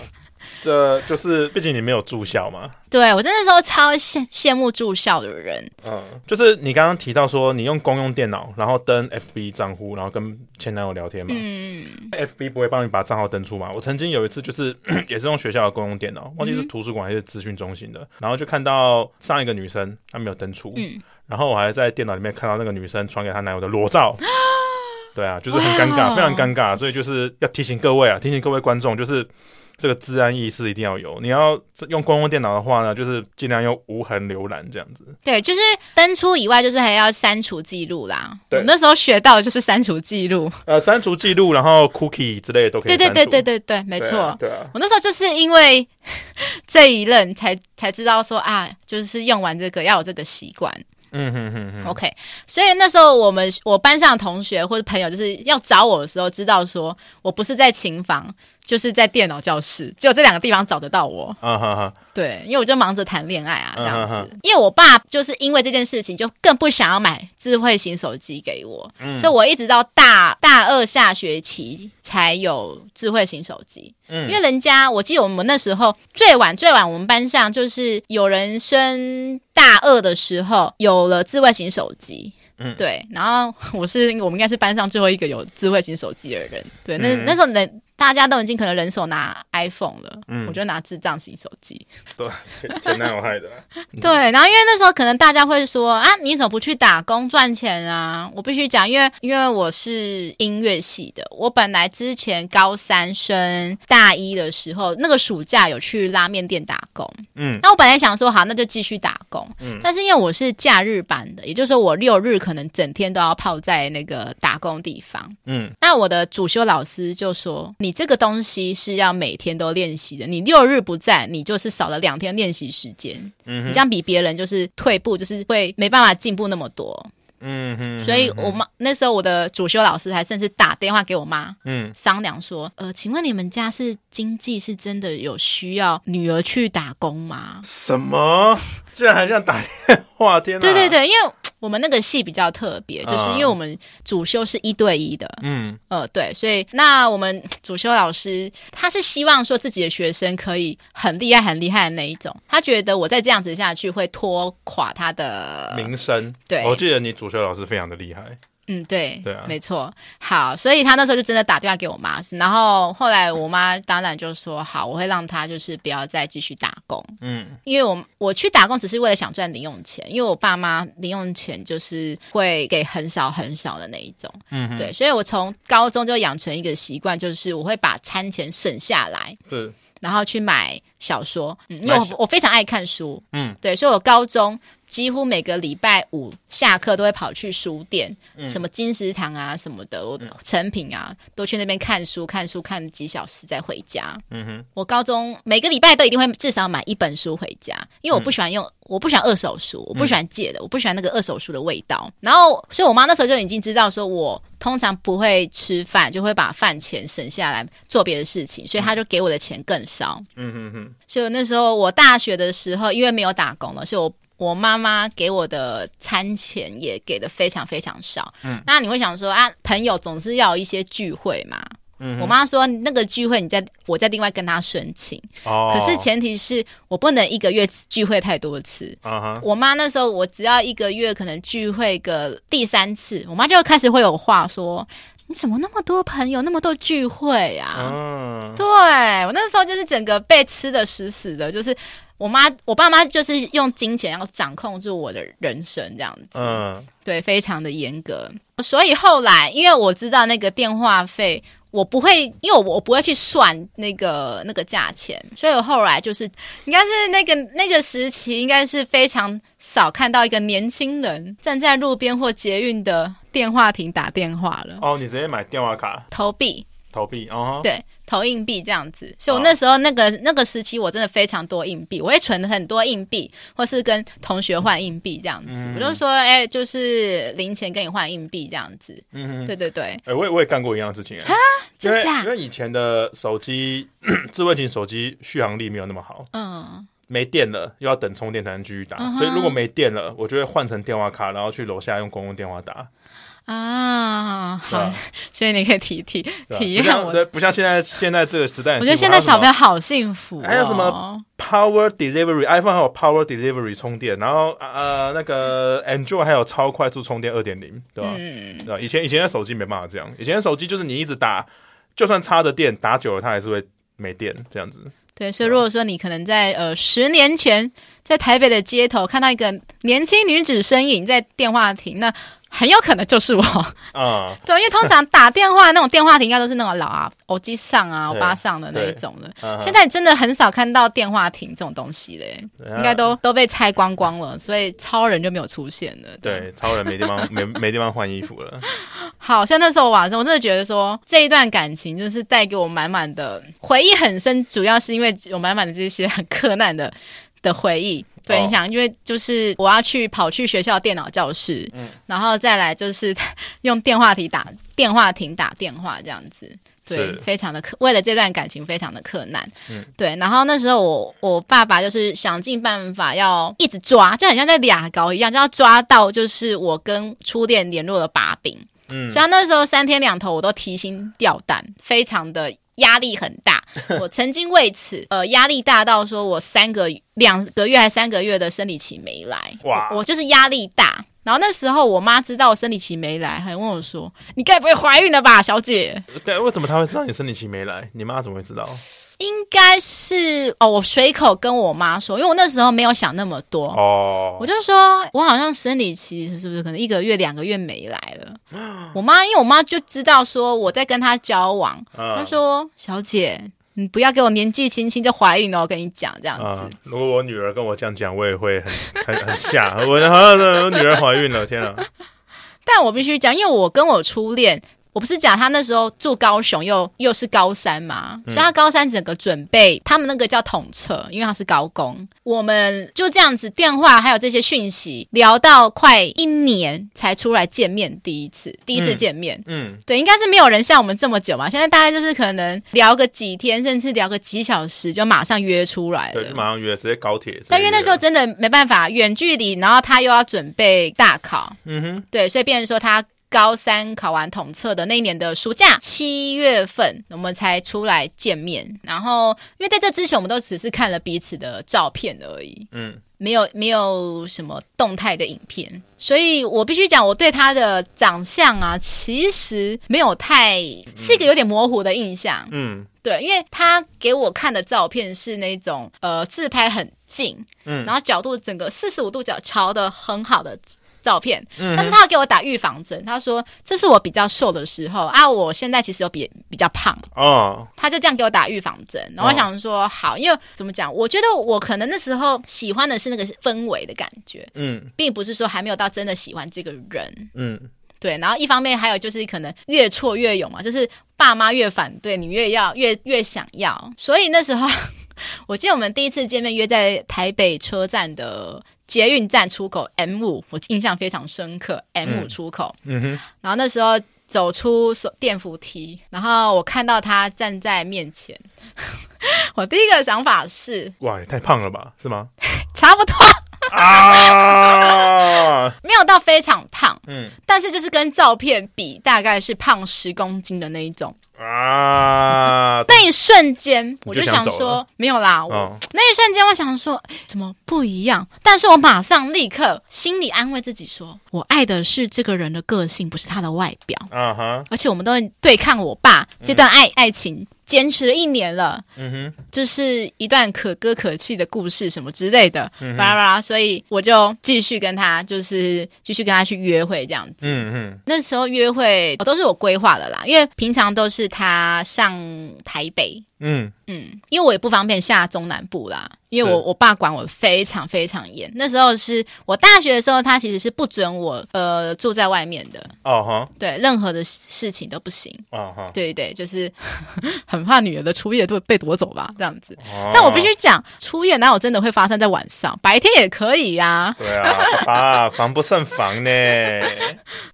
Speaker 1: 这就是毕竟你没有住校嘛，
Speaker 3: 对我真的时候超羡羡慕住校的人，
Speaker 1: 嗯，就是你刚刚提到说你用公用电脑，然后登 FB 账户，然后跟前男友聊天嘛，
Speaker 3: 嗯，
Speaker 1: FB 不会帮你把账号登出嘛？我曾经有一次就是 <clears throat> 也是用学校的公用电
Speaker 3: 嗯
Speaker 1: 脑，忘记是图书馆还是资讯中心的，然后就看到上一个女生她没有登出，
Speaker 3: 嗯
Speaker 1: 然后我还在电脑里面看到那个女生传给她男友的裸
Speaker 3: <gasps>
Speaker 1: 照。对啊，就是很尴
Speaker 3: 哇
Speaker 1: 尬，
Speaker 3: 哦
Speaker 1: 非常尴尬，所以就是要提醒各位啊，提醒各位观众，就是这个治安意识一定要有。你要用公用电脑的话呢，就是尽量用无痕浏览这样子。
Speaker 3: 对，就是登出以外，就是还要删除记录啦。
Speaker 1: 对
Speaker 3: 我那时候学到的就是删除记录。
Speaker 1: 呃，删除记录，然后 cookie 之类的都可以
Speaker 3: 对
Speaker 1: 删
Speaker 3: 对
Speaker 1: 除。
Speaker 3: 对对对对，没
Speaker 1: 对啊，
Speaker 3: 错。
Speaker 1: 对啊，
Speaker 3: 我那时候就是因为 <laughs> 这一任才才知道说啊，就是用完这个要有这个习惯。
Speaker 1: 嗯哼哼哼，
Speaker 3: OK，所以那时候我们我班上的同学或者朋友，就是要找我的时候，知道说我不是在琴房，就是在电脑教室，只有这两个地方找得到我。
Speaker 1: 啊哈哈，
Speaker 3: 对，因为我就忙着谈恋爱啊，这样子。
Speaker 1: 嗯哼
Speaker 3: 因为我爸就是因为这件事情，就更不想要买智慧型手机给我，
Speaker 1: 嗯
Speaker 3: 所以我一直到大大二下学期才有智慧型手机。
Speaker 1: 嗯
Speaker 3: 因为人家我记得我们那时候最晚最晚，我们班上就是有人升大二的时候有了智慧型手机。
Speaker 1: 嗯
Speaker 3: 对，然后我是我们应该是班上最后一个有智慧型手机的人。对，那、
Speaker 1: 嗯
Speaker 3: 那时候人大家都已经可能人手拿 iPhone 了，
Speaker 1: 嗯
Speaker 3: 我就拿智障型手机。
Speaker 1: <laughs> 对，前前男友害的啦。
Speaker 3: 对，然后因为那时候可能大家会说啊，你怎么不去打工赚钱啊？我必须讲，因为因为我是音乐系的，我本来之前高三升大一的时候，那个暑假有去拉面店打工。
Speaker 1: 嗯
Speaker 3: 那我本来想说好，那就继续打工。
Speaker 1: 嗯
Speaker 3: 但是因为我是假日班的，也就是说我六日可能整天都要泡在那个打工地方。
Speaker 1: 嗯
Speaker 3: 那我的主修老师就说：“你你这个东西是要每天都练习的，你六日不在，你就是少了两天练习时间，
Speaker 1: 嗯
Speaker 3: 你
Speaker 1: 哼
Speaker 3: 这样比别人就是退步，就是会没办法进步那么多。
Speaker 1: 嗯哼，
Speaker 3: 所以我妈那时候我的主修老师还甚至打电话给我妈，
Speaker 1: 嗯
Speaker 3: 商量说：“呃，请问你们家是经济是真的有需要女儿去打工吗
Speaker 1: 什么？居然还这样打电话？天？”哪！
Speaker 3: 对对，对，因为我们那个系比较特别，就是因为我们主修是一对一的，
Speaker 1: 嗯
Speaker 3: 呃，对，所以那我们主修老师他是希望说自己的学生可以很厉害、很厉害的那一种，他觉得我再这样子下去会拖垮他的
Speaker 1: 名声。
Speaker 3: 呃对
Speaker 1: 我记得你主修老师非常的厉害。
Speaker 3: 嗯，对，
Speaker 1: 对啊
Speaker 3: 没错。好，所以他那时候就真的打电话给我妈，然后后来我妈当然就说好，我会让他就是不要再继续打工，
Speaker 1: 嗯
Speaker 3: 因为我我去打工只是为了想赚零用钱，因为我爸妈零用钱就是会给很少很少的那一种，
Speaker 1: 嗯哼，
Speaker 3: 对，所以我从高中就养成一个习惯，就是我会把餐钱省下来，
Speaker 1: 是
Speaker 3: 然后去买小说，嗯、因为
Speaker 1: 买
Speaker 3: 我
Speaker 1: 小
Speaker 3: 我非常爱看书，
Speaker 1: 嗯
Speaker 3: 对，所以我高中几乎每个礼拜五下课都会跑去书店，
Speaker 1: 嗯
Speaker 3: 什么金石堂啊什么的，我成品啊都去那边看书，看书看几小时再回家。
Speaker 1: 嗯哼
Speaker 3: 我高中每个礼拜都一定会至少买一本书回家，因为我不喜欢用，我不喜欢二手书，我不喜欢借的，我不喜欢那个二手书的味道。然后，所以我妈那时候就已经知道，说我通常不会吃饭，就会把饭钱省下来做别的事情，所以她就给我的钱更少。
Speaker 1: 嗯哼哼，
Speaker 3: 所以那时候我大学的时候，因为没有打工了，所以我我妈妈给我的餐钱也给的非常非常少。嗯，那你会想说啊，朋友总是要有一些聚会嘛。
Speaker 1: 嗯
Speaker 3: 我妈说那个聚会你在我再另外跟她申请，
Speaker 1: 哦，
Speaker 3: 可是前提是我不能一个月聚会太多次。
Speaker 1: 啊哈，
Speaker 3: 我妈那时候，我只要一个月可能聚会个第三次，我妈就开始会有话说：“你怎么那么多朋友，那么多聚会啊？”
Speaker 1: 嗯
Speaker 3: 对我那时候就是整个被吃的死死的，就是我妈我爸妈就是用金钱要掌控住我的人生这样子，
Speaker 1: 嗯
Speaker 3: 对，非常的严格。所以后来因为我知道那个电话费。我不会，因为我我不会去算那个那个价钱，所以我后来就是，应该是那个那个时期，应该是非常少看到一个年轻人站在路边或捷运的电话亭打电话了，
Speaker 1: 哦，你直接买电话卡
Speaker 3: 投币。
Speaker 1: 投币哦哈，
Speaker 3: 对，投硬币这样子。所以
Speaker 1: 哦
Speaker 3: 我那时候那个那个时期，我真的非常多硬币，我会存很多硬币，或是跟同学换硬币这样子。
Speaker 1: 嗯
Speaker 3: 我就说，哎、就是零钱跟你换硬币这样子。
Speaker 1: 嗯哼。
Speaker 3: 对对对，
Speaker 1: 哎、我也我也干过一样的事情、啊，因
Speaker 3: 真
Speaker 1: 为
Speaker 3: 假
Speaker 1: 因为以前的手机 <clears throat> 智慧型手机续航力没有那么好，
Speaker 3: 嗯，
Speaker 1: 没电了又要等充电才能继续打
Speaker 3: 嗯哼
Speaker 1: 所以如果没电了，我就会换成电话卡，然后去楼下用公用电话打，
Speaker 3: 啊，
Speaker 1: 是
Speaker 3: 好，
Speaker 1: 吧？
Speaker 3: 所以你可以提提 <laughs>
Speaker 1: 对吧
Speaker 3: 体
Speaker 1: 不
Speaker 3: 验
Speaker 1: 像
Speaker 3: 啊我。
Speaker 1: 对，不像现在现在这个时代，
Speaker 3: 我觉得现在小朋
Speaker 1: 友
Speaker 3: 友好幸福、哦，
Speaker 1: 还有什么 Power Delivery，iPhone 还有 Power Delivery 充电，然后呃那个 Android 还有超快速充电二点零，对吧？
Speaker 3: 嗯，
Speaker 1: 对吧以前以前的手机没办法这样，以前的手机就是你一直打，就算插着电，打久了它还是会没电这样子。
Speaker 3: 对，所以如果说你可能在呃十年前在台北的街头看到一个年轻女子身影在电话亭，那很有可能就是我。
Speaker 1: 啊、
Speaker 3: 对，因为通常打电话那种电话亭应该都是那种老啊、欧基上啊、欧
Speaker 1: 对
Speaker 3: 巴上的那一
Speaker 1: 对
Speaker 3: 种的。
Speaker 1: 嗯哼
Speaker 3: 现在真的很少看到电话亭这种东西嘞，
Speaker 1: 对啊
Speaker 3: 应该都都被拆光光了，所以超人就没有出现了。啊
Speaker 1: 对，超人没地方没没地方换衣服了。 <laughs>
Speaker 3: 好像那时候晚啊上，我真的觉得说这一段感情就是带给我满满的回忆很深，主要是因为有满满的这些 <laughs> 很困难的的回忆。对，
Speaker 1: 哦
Speaker 3: 你想，因为就是我要去跑去学校电脑教室，
Speaker 1: 嗯
Speaker 3: 然后再来就是用电话亭打电话亭打电话这样子。对
Speaker 1: 是，
Speaker 3: 非常的克，为了这段感情非常的克难。
Speaker 1: 嗯
Speaker 3: 对。然后那时候我我爸爸就是想尽办法要一直抓，就很像在俩搞一样，就要抓到就是我跟初恋联络的把柄。
Speaker 1: 嗯
Speaker 3: 所以他那时候三天两头我都提心吊胆，非常的压力很
Speaker 1: <laughs>
Speaker 3: 大。我曾经为此呃压力大到说我三个两个月还三个月的生理期没来，
Speaker 1: 哇
Speaker 3: 我我就是压力大。然后那时候我妈知道我生理期没来，还问我说：“你该不会怀孕了吧，小姐
Speaker 1: 对，为什么他会知道你生理期没来？你妈怎么会知道？？”
Speaker 3: 应该是哦，我随口跟我妈说，因为我那时候没有想那么多。
Speaker 1: 哦，
Speaker 3: 我就说，我好像生理期是不是可能一个月、两个月没来了？
Speaker 1: <gasps>
Speaker 3: 我妈，因为我妈就知道说我在跟她交往，
Speaker 1: 嗯
Speaker 3: 他说：“小姐，你不要给我年纪轻轻就怀孕了，哦我跟你讲这样子。
Speaker 1: 嗯如果我女儿跟我这样讲，我也会很 <laughs> 很很
Speaker 3: <laughs>
Speaker 1: 吓。我好像我女儿怀孕了，天啊！
Speaker 3: 但我必须讲，因为我跟我初恋我不是讲他那时候住高雄又，又是高三嘛，
Speaker 1: 嗯
Speaker 3: 所以他高三整个准备，他们那个叫统测，因为他是高工，我们就这样子电话还有这些讯息聊到快一年才出来见面第一次，第一次
Speaker 1: 嗯
Speaker 3: 见面。
Speaker 1: 嗯，
Speaker 3: <laughs> 对，应该是没有人像我们这么久嘛。现在大概就是可能聊个几天，甚至聊个几小时，就马上约出来
Speaker 1: 对，就
Speaker 3: 了。
Speaker 1: 马上约，直接高铁。
Speaker 3: 但因为那时候，真的没办法，远距离，然后他又要准备大考，
Speaker 1: 嗯哼，
Speaker 3: 对，所以变成说他高三考完统测的那一年的暑假七月份，我们才出来见面。然后因为在这之前，我们都只是看了彼此的照片而已，
Speaker 1: 嗯，
Speaker 3: 没有没有什么动态的影片，所以我必须讲，我对他的长相啊，其实没有太是一个有点模糊的印象。
Speaker 1: 嗯，
Speaker 3: 对，因为他给我看的照片是那种呃自拍很近，
Speaker 1: 嗯
Speaker 3: 然后角度整个四十五度角朝的很好的照片，
Speaker 1: 嗯
Speaker 3: 但是他给我打预防针，他说这是我比较瘦的时候啊，我现在其实有比比较胖，
Speaker 1: 哦，
Speaker 3: 他就这样给我打预防针，然后我想说、好，因为怎么讲，我觉得我可能那时候喜欢的是那个氛围的感觉，
Speaker 1: 嗯
Speaker 3: 并不是说还没有到真的喜欢这个人，
Speaker 1: 嗯
Speaker 3: 对，然后一方面还有就是可能越挫越勇嘛，就是爸妈越反对你越要越越想要，所以那时候 <laughs> 我记得我们第一次见面约在台北车站的捷运站出口 M 五，我印象非常深刻 M 五
Speaker 1: 嗯
Speaker 3: 出口，
Speaker 1: 嗯哼，
Speaker 3: 然后那时候。走出手电扶梯，然后我看到他站在面前， <laughs> 我第一个想法是
Speaker 1: 哇，也太胖了吧，是
Speaker 3: <laughs>
Speaker 1: 吗？
Speaker 3: 差不多
Speaker 1: 啊，
Speaker 3: 没有到非常胖，
Speaker 1: 嗯
Speaker 3: 但是就是跟照片比，大概是胖十公斤的那一种。 <laughs>
Speaker 1: 啊，
Speaker 3: 那一瞬间，我
Speaker 1: 就
Speaker 3: 想
Speaker 1: 想走
Speaker 3: 说
Speaker 1: 了
Speaker 3: 没有啦，我、
Speaker 1: 哦
Speaker 3: 那一瞬间我想说怎么不一样，但是我马上立刻心里安慰自己说，我爱的是这个人的个性，不是他的外表。
Speaker 1: 啊哈，
Speaker 3: 而且我们都很对抗我爸这段爱、爱情，坚持了一年了，
Speaker 1: 嗯哼，
Speaker 3: 就是一段可歌可泣的故事什么之类的，
Speaker 1: 嗯
Speaker 3: 巴拉巴拉。所以我就继续跟他，就是继续跟他去约会这样子。
Speaker 1: 嗯嗯
Speaker 3: 那时候约会我都是我规划的啦，因为平常都是他上台北，
Speaker 1: 嗯
Speaker 3: 嗯，因为我也不方便下中南部啦，因为我
Speaker 1: 是
Speaker 3: 我爸管我非常非常严。那时候是我大学的时候，他其实是不准我呃住在外面的，
Speaker 1: 哦哈，
Speaker 3: 对，任何的事情都不行。
Speaker 1: 哦哈，
Speaker 3: 对对，就是 <laughs> 很怕女儿的初夜都被夺走吧，这样子。
Speaker 1: 哦
Speaker 3: 但我必须讲，初夜哪有真的会发生在晚上，白天也可以呀、
Speaker 1: 对啊，爸爸防不胜防呢。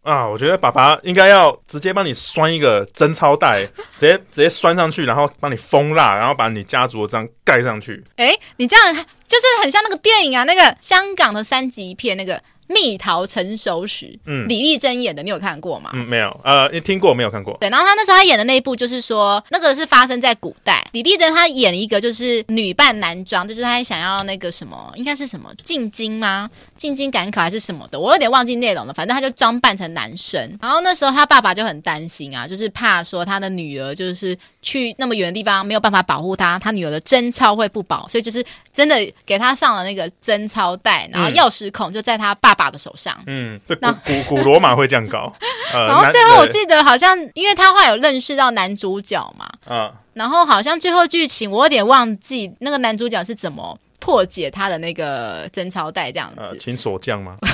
Speaker 1: 啊，我觉得爸爸应该要直接帮你拴一个贞操带，直接直接拴上去，然后帮你封蜡，然后把你家族的章盖上去。
Speaker 3: 诶，你这样就是很像那个电影啊，那个香港的三级片那个《蜜桃成熟时》，
Speaker 1: 嗯
Speaker 3: 李丽珍演的，你有看过吗？
Speaker 1: 嗯，没有，呃，你听过没有看过？
Speaker 3: 对，然后他那时候他演的那一部就是说，那个是发生在古代。李丽珍她演一个就是女扮男装，就是她想要那个什么，应该是什么进京吗？进京赶考还是什么的，我有点忘记内容了。反正她就装扮成男生。然后那时候她爸爸就很担心啊，就是怕说她的女儿就是去那么远的地方没有办法保护她，她女儿的贞操会不保，所以就是真的给她上了那个贞操带，然后
Speaker 1: 嗯
Speaker 3: 钥匙孔就在她爸爸的手上。
Speaker 1: 嗯，对，古
Speaker 3: 那
Speaker 1: 古古罗马会这样搞。呃，
Speaker 3: 然后
Speaker 1: 男
Speaker 3: 最后我
Speaker 1: 对
Speaker 3: 记得好像，因为他后来有认识到男主角嘛，
Speaker 1: 啊，
Speaker 3: 然后好像最后剧情我有点忘记那个男主角是怎么破解他的那个贞操带这样
Speaker 1: 呃，
Speaker 3: 子，
Speaker 1: 请锁匠吗？
Speaker 3: <laughs>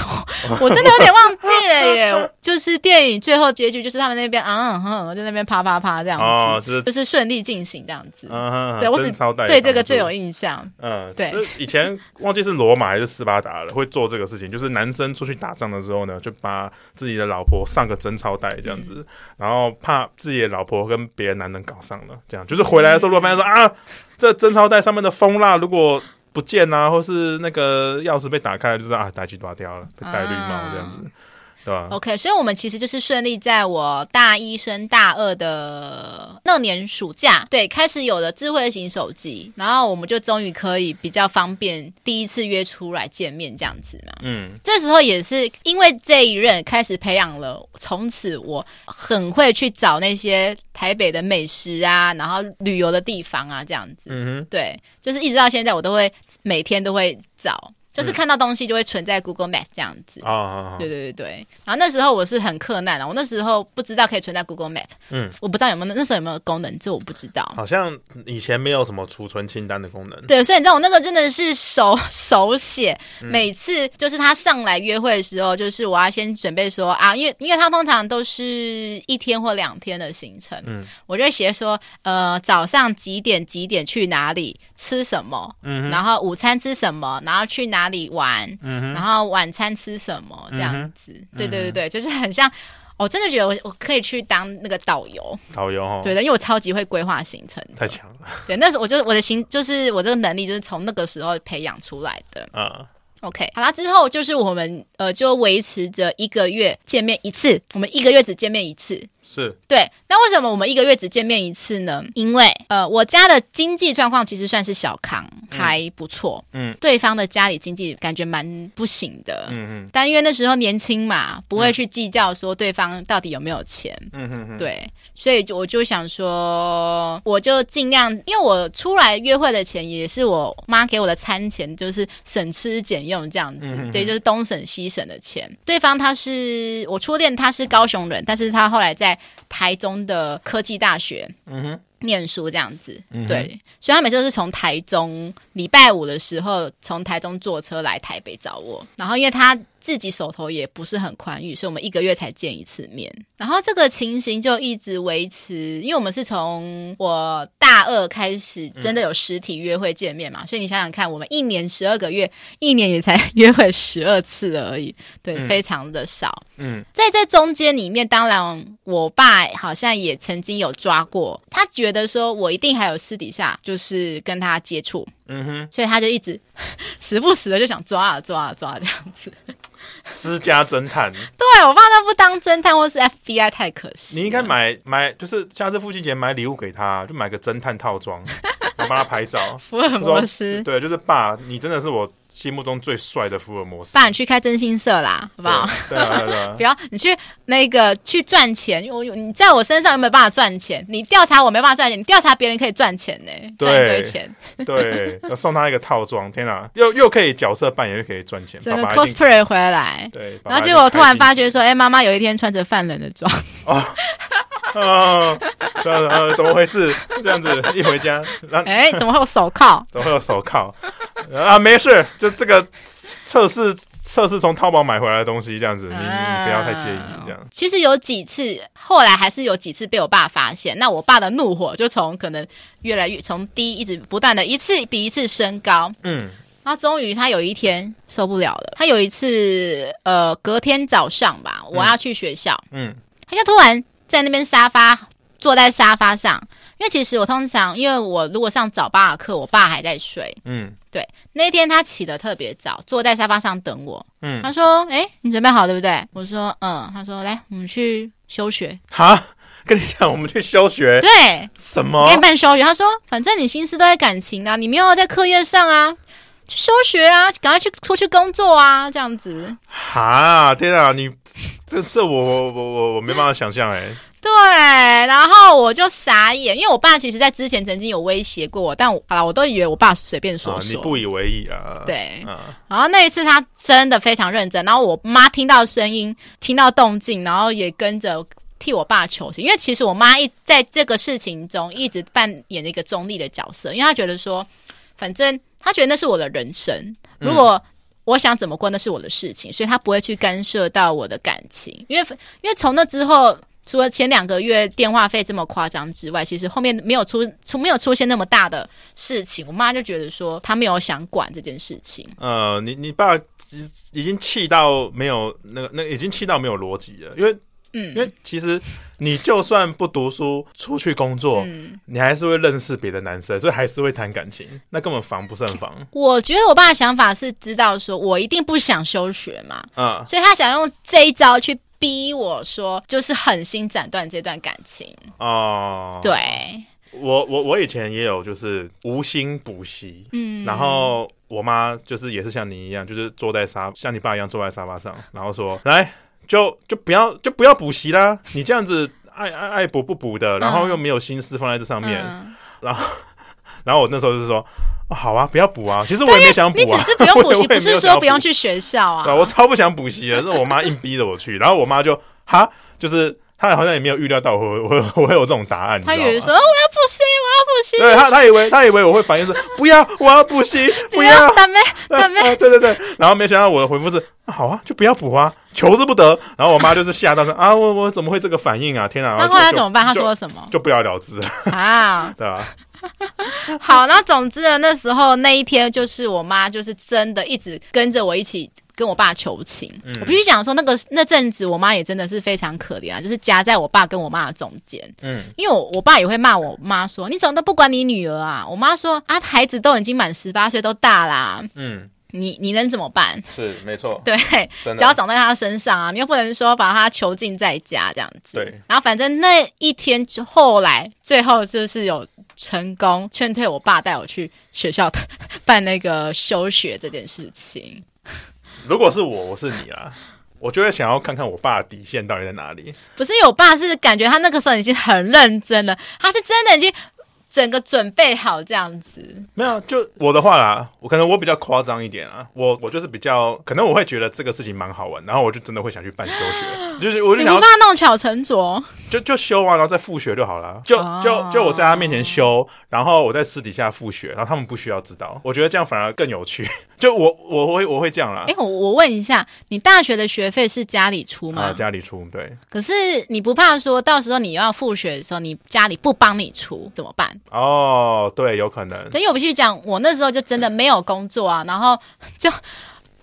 Speaker 3: 我真的有点忘记了耶。就是电影最后结局就是他们那边啊哼、嗯，在那边啪啪啪这样子，
Speaker 1: 哦，就是
Speaker 3: 就是顺利进行这样子。
Speaker 1: 嗯，
Speaker 3: 对我只
Speaker 1: 贞操带
Speaker 3: 对这个最有
Speaker 1: 印。
Speaker 3: 印象，
Speaker 1: 嗯，
Speaker 3: 对
Speaker 1: 这以前忘记是罗马还是斯巴达了，会做这个事情，就是男生出去打仗的时候呢，就把自己的老婆上个贞操带这样
Speaker 3: 嗯
Speaker 1: 子，然后怕自己的老婆跟别的男人搞上了，这样就是回来的时候，如果发现说
Speaker 3: 嗯
Speaker 1: 啊，这贞操带上面的蜂蜡如果不见啊，或是那个钥匙被打开了，就是啊，打击抓掉了，被戴绿帽这样子，
Speaker 3: 啊
Speaker 1: 对吧、
Speaker 3: OK，所以我们其实就是顺利在我大一升大二的那年暑假，对，开始有了智慧型手机，然后我们就终于可以比较方便第一次约出来见面这样子嘛。
Speaker 1: 嗯
Speaker 3: 这时候也是因为这一任开始培养了，从此我很会去找那些台北的美食啊，然后旅游的地方啊，这样子。
Speaker 1: 嗯哼，
Speaker 3: 对，就是一直到现在，我都会每天都会找。
Speaker 1: 嗯
Speaker 3: 就是看到东西就会存在 Google Map 这样子。
Speaker 1: 啊啊，啊
Speaker 3: 对对对对，然后那时候我是很困难的，我那时候不知道可以存在 Google Map，
Speaker 1: 嗯，
Speaker 3: 我不知道有没有那时候有没有功能，这我不知道。
Speaker 1: 好像以前没有什么储存清单的功能。
Speaker 3: 对，所以你知道我那时候真的是手 <laughs> 手写，
Speaker 1: 嗯
Speaker 3: 每次就是他上来约会的时候，就是我要先准备说啊，因为因为他通常都是一天或两天的行程，
Speaker 1: 嗯
Speaker 3: 我就会写说呃早上几点几点去哪里吃什么，
Speaker 1: 嗯哼
Speaker 3: 然后午餐吃什么，然后去哪里玩，
Speaker 1: 嗯
Speaker 3: 然
Speaker 1: 哼，
Speaker 3: 后晚餐吃什么这样
Speaker 1: 嗯
Speaker 3: 子。对对对对，就是很像。我真的觉得我我可以去当那个导游，
Speaker 1: 导游哦，
Speaker 3: 对的，因为我超级会规划行程的。
Speaker 1: 太强了
Speaker 3: 对，那时候我就是我的行，就是我这个能力，就是从那个时候培养出来的。
Speaker 1: 啊！
Speaker 3: OK，好啦，之后就是我们呃，就维持着一个月见面一次，我们一个月只见面一次。
Speaker 1: 是
Speaker 3: 对，那为什么我们一个月只见面一次呢？因为呃，我家的经济状况其实算是小康，还不错。
Speaker 1: 嗯
Speaker 3: 对方的家里经济感觉蛮不行的。
Speaker 1: 嗯嗯
Speaker 3: 但因为那时候年轻嘛，不会去计较说对方到底有没有钱，
Speaker 1: 嗯嗯嗯，
Speaker 3: 对，所以就我就想说，我就尽量，因为我出来约会的钱也是我妈给我的餐钱，就是省吃俭用这样子，
Speaker 1: 嗯哼哼
Speaker 3: 对，就是东省西省的钱。对方他是我初恋，他是高雄人，但是他后来在台中的科技大学
Speaker 1: 嗯哼
Speaker 3: 念书这样子，
Speaker 1: 嗯哼
Speaker 3: 对，所以他每次都是从台中，礼拜五的时候从台中坐车来台北找我，然后因为他自己手头也不是很宽裕，所以我们一个月才见一次面，然后这个情形就一直维持，因为我们是从我大二开始
Speaker 1: 嗯
Speaker 3: 真的有实体约会见面嘛，所以你想想看，我们一年十二个月，一年也才约会十二次而已，对，
Speaker 1: 嗯
Speaker 3: 非常的少。
Speaker 1: 嗯
Speaker 3: 在这中间里面，当然我爸好像也曾经有抓过，他觉得说我一定还有私底下就是跟他接触，
Speaker 1: 嗯哼，
Speaker 3: 所以他就一直 <laughs> 时不时的就想抓啊抓啊抓啊这样子。
Speaker 1: 私家侦
Speaker 3: <laughs>
Speaker 1: 探，
Speaker 3: 对我爸他不当侦探或是 FBI 太可惜了，
Speaker 1: 你应该买买，就是下次父亲节买礼物给他，就买个侦探套
Speaker 3: <laughs>
Speaker 1: 装，然后帮他拍照。
Speaker 3: 福尔摩斯，
Speaker 1: 对，就是爸，你真的是我心目中最帅的福尔摩斯。
Speaker 3: 爸你去开真心社啦，好不好？
Speaker 1: 对啊对啊
Speaker 3: 不
Speaker 1: 对啊，
Speaker 3: 要，你去那个去赚钱，因为我有你在我身上有没有办法赚钱？你调查我没办法赚钱，你调查别人可以赚钱呢、赚一堆
Speaker 1: 对
Speaker 3: 钱，
Speaker 1: 对，要送他一个套装，天哪，又又可以角色扮演，又可以赚钱，
Speaker 3: 整
Speaker 1: 爸
Speaker 3: 个
Speaker 1: 爸一定
Speaker 3: cosplay 回来。
Speaker 1: 对。爸爸
Speaker 3: 然后
Speaker 1: 一
Speaker 3: 结
Speaker 1: 定
Speaker 3: 果我突然
Speaker 1: 开心
Speaker 3: 发觉说，哎、妈妈有一天穿着犯人的装， <laughs>
Speaker 1: 啊，呃呃，怎么回事？这样子一回家，然后
Speaker 3: 哎、怎么会有手铐？
Speaker 1: 怎么会有手铐？ <laughs> 啊，没事，就这个测试测试从淘宝买回来的东西，这样子，你你不要太介意，这样
Speaker 3: 啊。其实有几次，后来还是有几次被我爸发现。那我爸的怒火就从可能越来越从低，一直不断的一次比一次升高。
Speaker 1: 嗯
Speaker 3: 然后终于他有一天受不了了，他有一次呃隔天早上吧，我要去学校，
Speaker 1: 嗯
Speaker 3: 他就突然在那边沙发坐在沙发上，因为其实我通常因为我如果上早八的课，我爸还在睡。
Speaker 1: 嗯
Speaker 3: 对，那一天他起得特别早，坐在沙发上等我。
Speaker 1: 嗯，
Speaker 3: 他说：“哎、你准备好对不对？”我说：“嗯。”他说：“来，我们去休学。
Speaker 1: 好， <laughs> 跟你讲，我们去休学
Speaker 3: 对，
Speaker 1: 什
Speaker 3: 我
Speaker 1: 么
Speaker 3: 给你？办休学。他说：“反正你心思都在感情啊，你没有在课业上啊，去休学啊，赶快去出去工作啊，这样子。
Speaker 1: 哈，天啊，你这这我我我我我没办法想象哎。”
Speaker 3: 对，然后我就傻眼，因为我爸其实在之前曾经有威胁过我，但我好了，我都以为我爸随便 <laughs> 说
Speaker 1: 啊，你
Speaker 3: 说。
Speaker 1: 不以为意啊？
Speaker 3: 对
Speaker 1: 啊，
Speaker 3: 然后那一次他真的非常认真，然后我妈听到声音，听到动静，然后也跟着替我爸求情，因为其实我妈一在这个事情中一直扮演一个中立的角色，因为她觉得说，反正她觉得那是我的人生，
Speaker 1: 嗯
Speaker 3: 如果我想怎么过那是我的事情，所以她不会去干涉到我的感情，嗯因为因为从那之后。除了前两个月电话费这么夸张之外，其实后面没有出出没有出现那么大的事情，我妈就觉得说她没有想管这件事情。
Speaker 1: 呃，你你爸已已经气到没有那个那个已经气到没有逻辑了，因为
Speaker 3: 嗯，
Speaker 1: 因为其实你就算不读书，出去工作，
Speaker 3: 嗯
Speaker 1: 你还是会认识别的男生，所以还是会谈感情，那根本防不胜防。
Speaker 3: 我觉得我爸的想法是知道说我一定不想休学嘛，
Speaker 1: 啊，
Speaker 3: 所以他想用这一招去逼我说，就是狠心斩断这段感情。
Speaker 1: 哦，，
Speaker 3: 对，
Speaker 1: 我我我以前也有就是无心补习，
Speaker 3: 嗯，
Speaker 1: 然后我妈就是也是像你一样，就是坐在沙像你爸一样坐在沙发上，然后说来就就不要就不要补习啦，你这样子爱爱爱补不补的，然后又没有心思放在这上面，
Speaker 3: 嗯
Speaker 1: 然后我那时候就是说哦好啊，不要补啊。其实我也没想补
Speaker 3: 你只
Speaker 1: 啊，
Speaker 3: 是不用补
Speaker 1: <laughs> 我
Speaker 3: 习，
Speaker 1: 也没
Speaker 3: 不
Speaker 1: 有
Speaker 3: 是
Speaker 1: 想
Speaker 3: 说
Speaker 1: 要
Speaker 3: 不用
Speaker 1: 补
Speaker 3: 去学校
Speaker 1: 对啊，
Speaker 3: 啊。
Speaker 1: 我超不想补习的，是我妈硬逼着我去，然后我妈就哈，就是她好像也没有预料到我会我会我会有这种答案，你知
Speaker 3: 他
Speaker 1: 道啊
Speaker 3: 以为
Speaker 1: 吗？
Speaker 3: 说哦我要补习，我要补习，
Speaker 1: 对她，她以为她以为我会反应是不要，我要补习，不
Speaker 3: 不
Speaker 1: 要
Speaker 3: 要，打妹打妹，
Speaker 1: 啊对对对，然后没想到我的回复是、啊好啊，就不要补啊，求之不得。然后我妈就是吓到说啊，我我怎么会这个反应啊？天啊！
Speaker 3: 那
Speaker 1: 然
Speaker 3: 后来
Speaker 1: 就
Speaker 3: 怎么办？他
Speaker 1: 就
Speaker 3: 说什么
Speaker 1: 就不了了之，
Speaker 3: 啊？
Speaker 1: 对吧、
Speaker 3: 好，那总之呢，那时候那一天就是我妈就是真的一直跟着我一起。跟我爸求情，我必须讲说，那个那阵子，我妈也真的是非常可怜啊，就是夹在我爸跟我妈的中间，
Speaker 1: <laughs> 嗯，
Speaker 3: 因为我我爸也会骂我妈说，你怎么都不管你女儿啊？我妈说啊，孩子都已经满十八岁，都大啦，
Speaker 1: 嗯，
Speaker 3: 你你能怎么办？ <laughs>
Speaker 1: 是没错，
Speaker 3: 对，
Speaker 1: 真的
Speaker 3: 只要长在他身上啊，你又不能说把他囚禁在家这样子。
Speaker 1: 对。
Speaker 3: 然后反正那一天之后来，最后就是有成功劝退我爸带我去学校的办那个休学这件事情。
Speaker 1: 如果是我，我是你啊啦，我就会想要看看我爸的底线到底在哪里。
Speaker 3: 不是因为我爸是感觉他那个时候已经很认真了，他是真的已经整个准备好这样子。
Speaker 1: 没有，就我的话啦，我可能我比较夸张一点啊，我我就是比较，可能我会觉得这个事情蛮好玩，然后我就真的会想去办休 <gasps> 学，就是啊我就
Speaker 3: 你
Speaker 1: 想要
Speaker 3: 不怕弄巧成拙？
Speaker 1: 就就修完、然后再复学就好了。就
Speaker 3: 哦
Speaker 1: 就就我在他面前修，然后我在私底下复学，然后他们不需要知道。我觉得这样反而更有趣。 <laughs> 就我我会我会这样啦
Speaker 3: 哎、，我我问一下，你大学的学费是家里出吗？
Speaker 1: 啊，家里出对
Speaker 3: 可是你不怕说到时候你要复学的时候，你家里不帮你出怎么办？
Speaker 1: 哦，对，有可能
Speaker 3: 所以我必须讲，我那时候就真的没有工作啊，然后就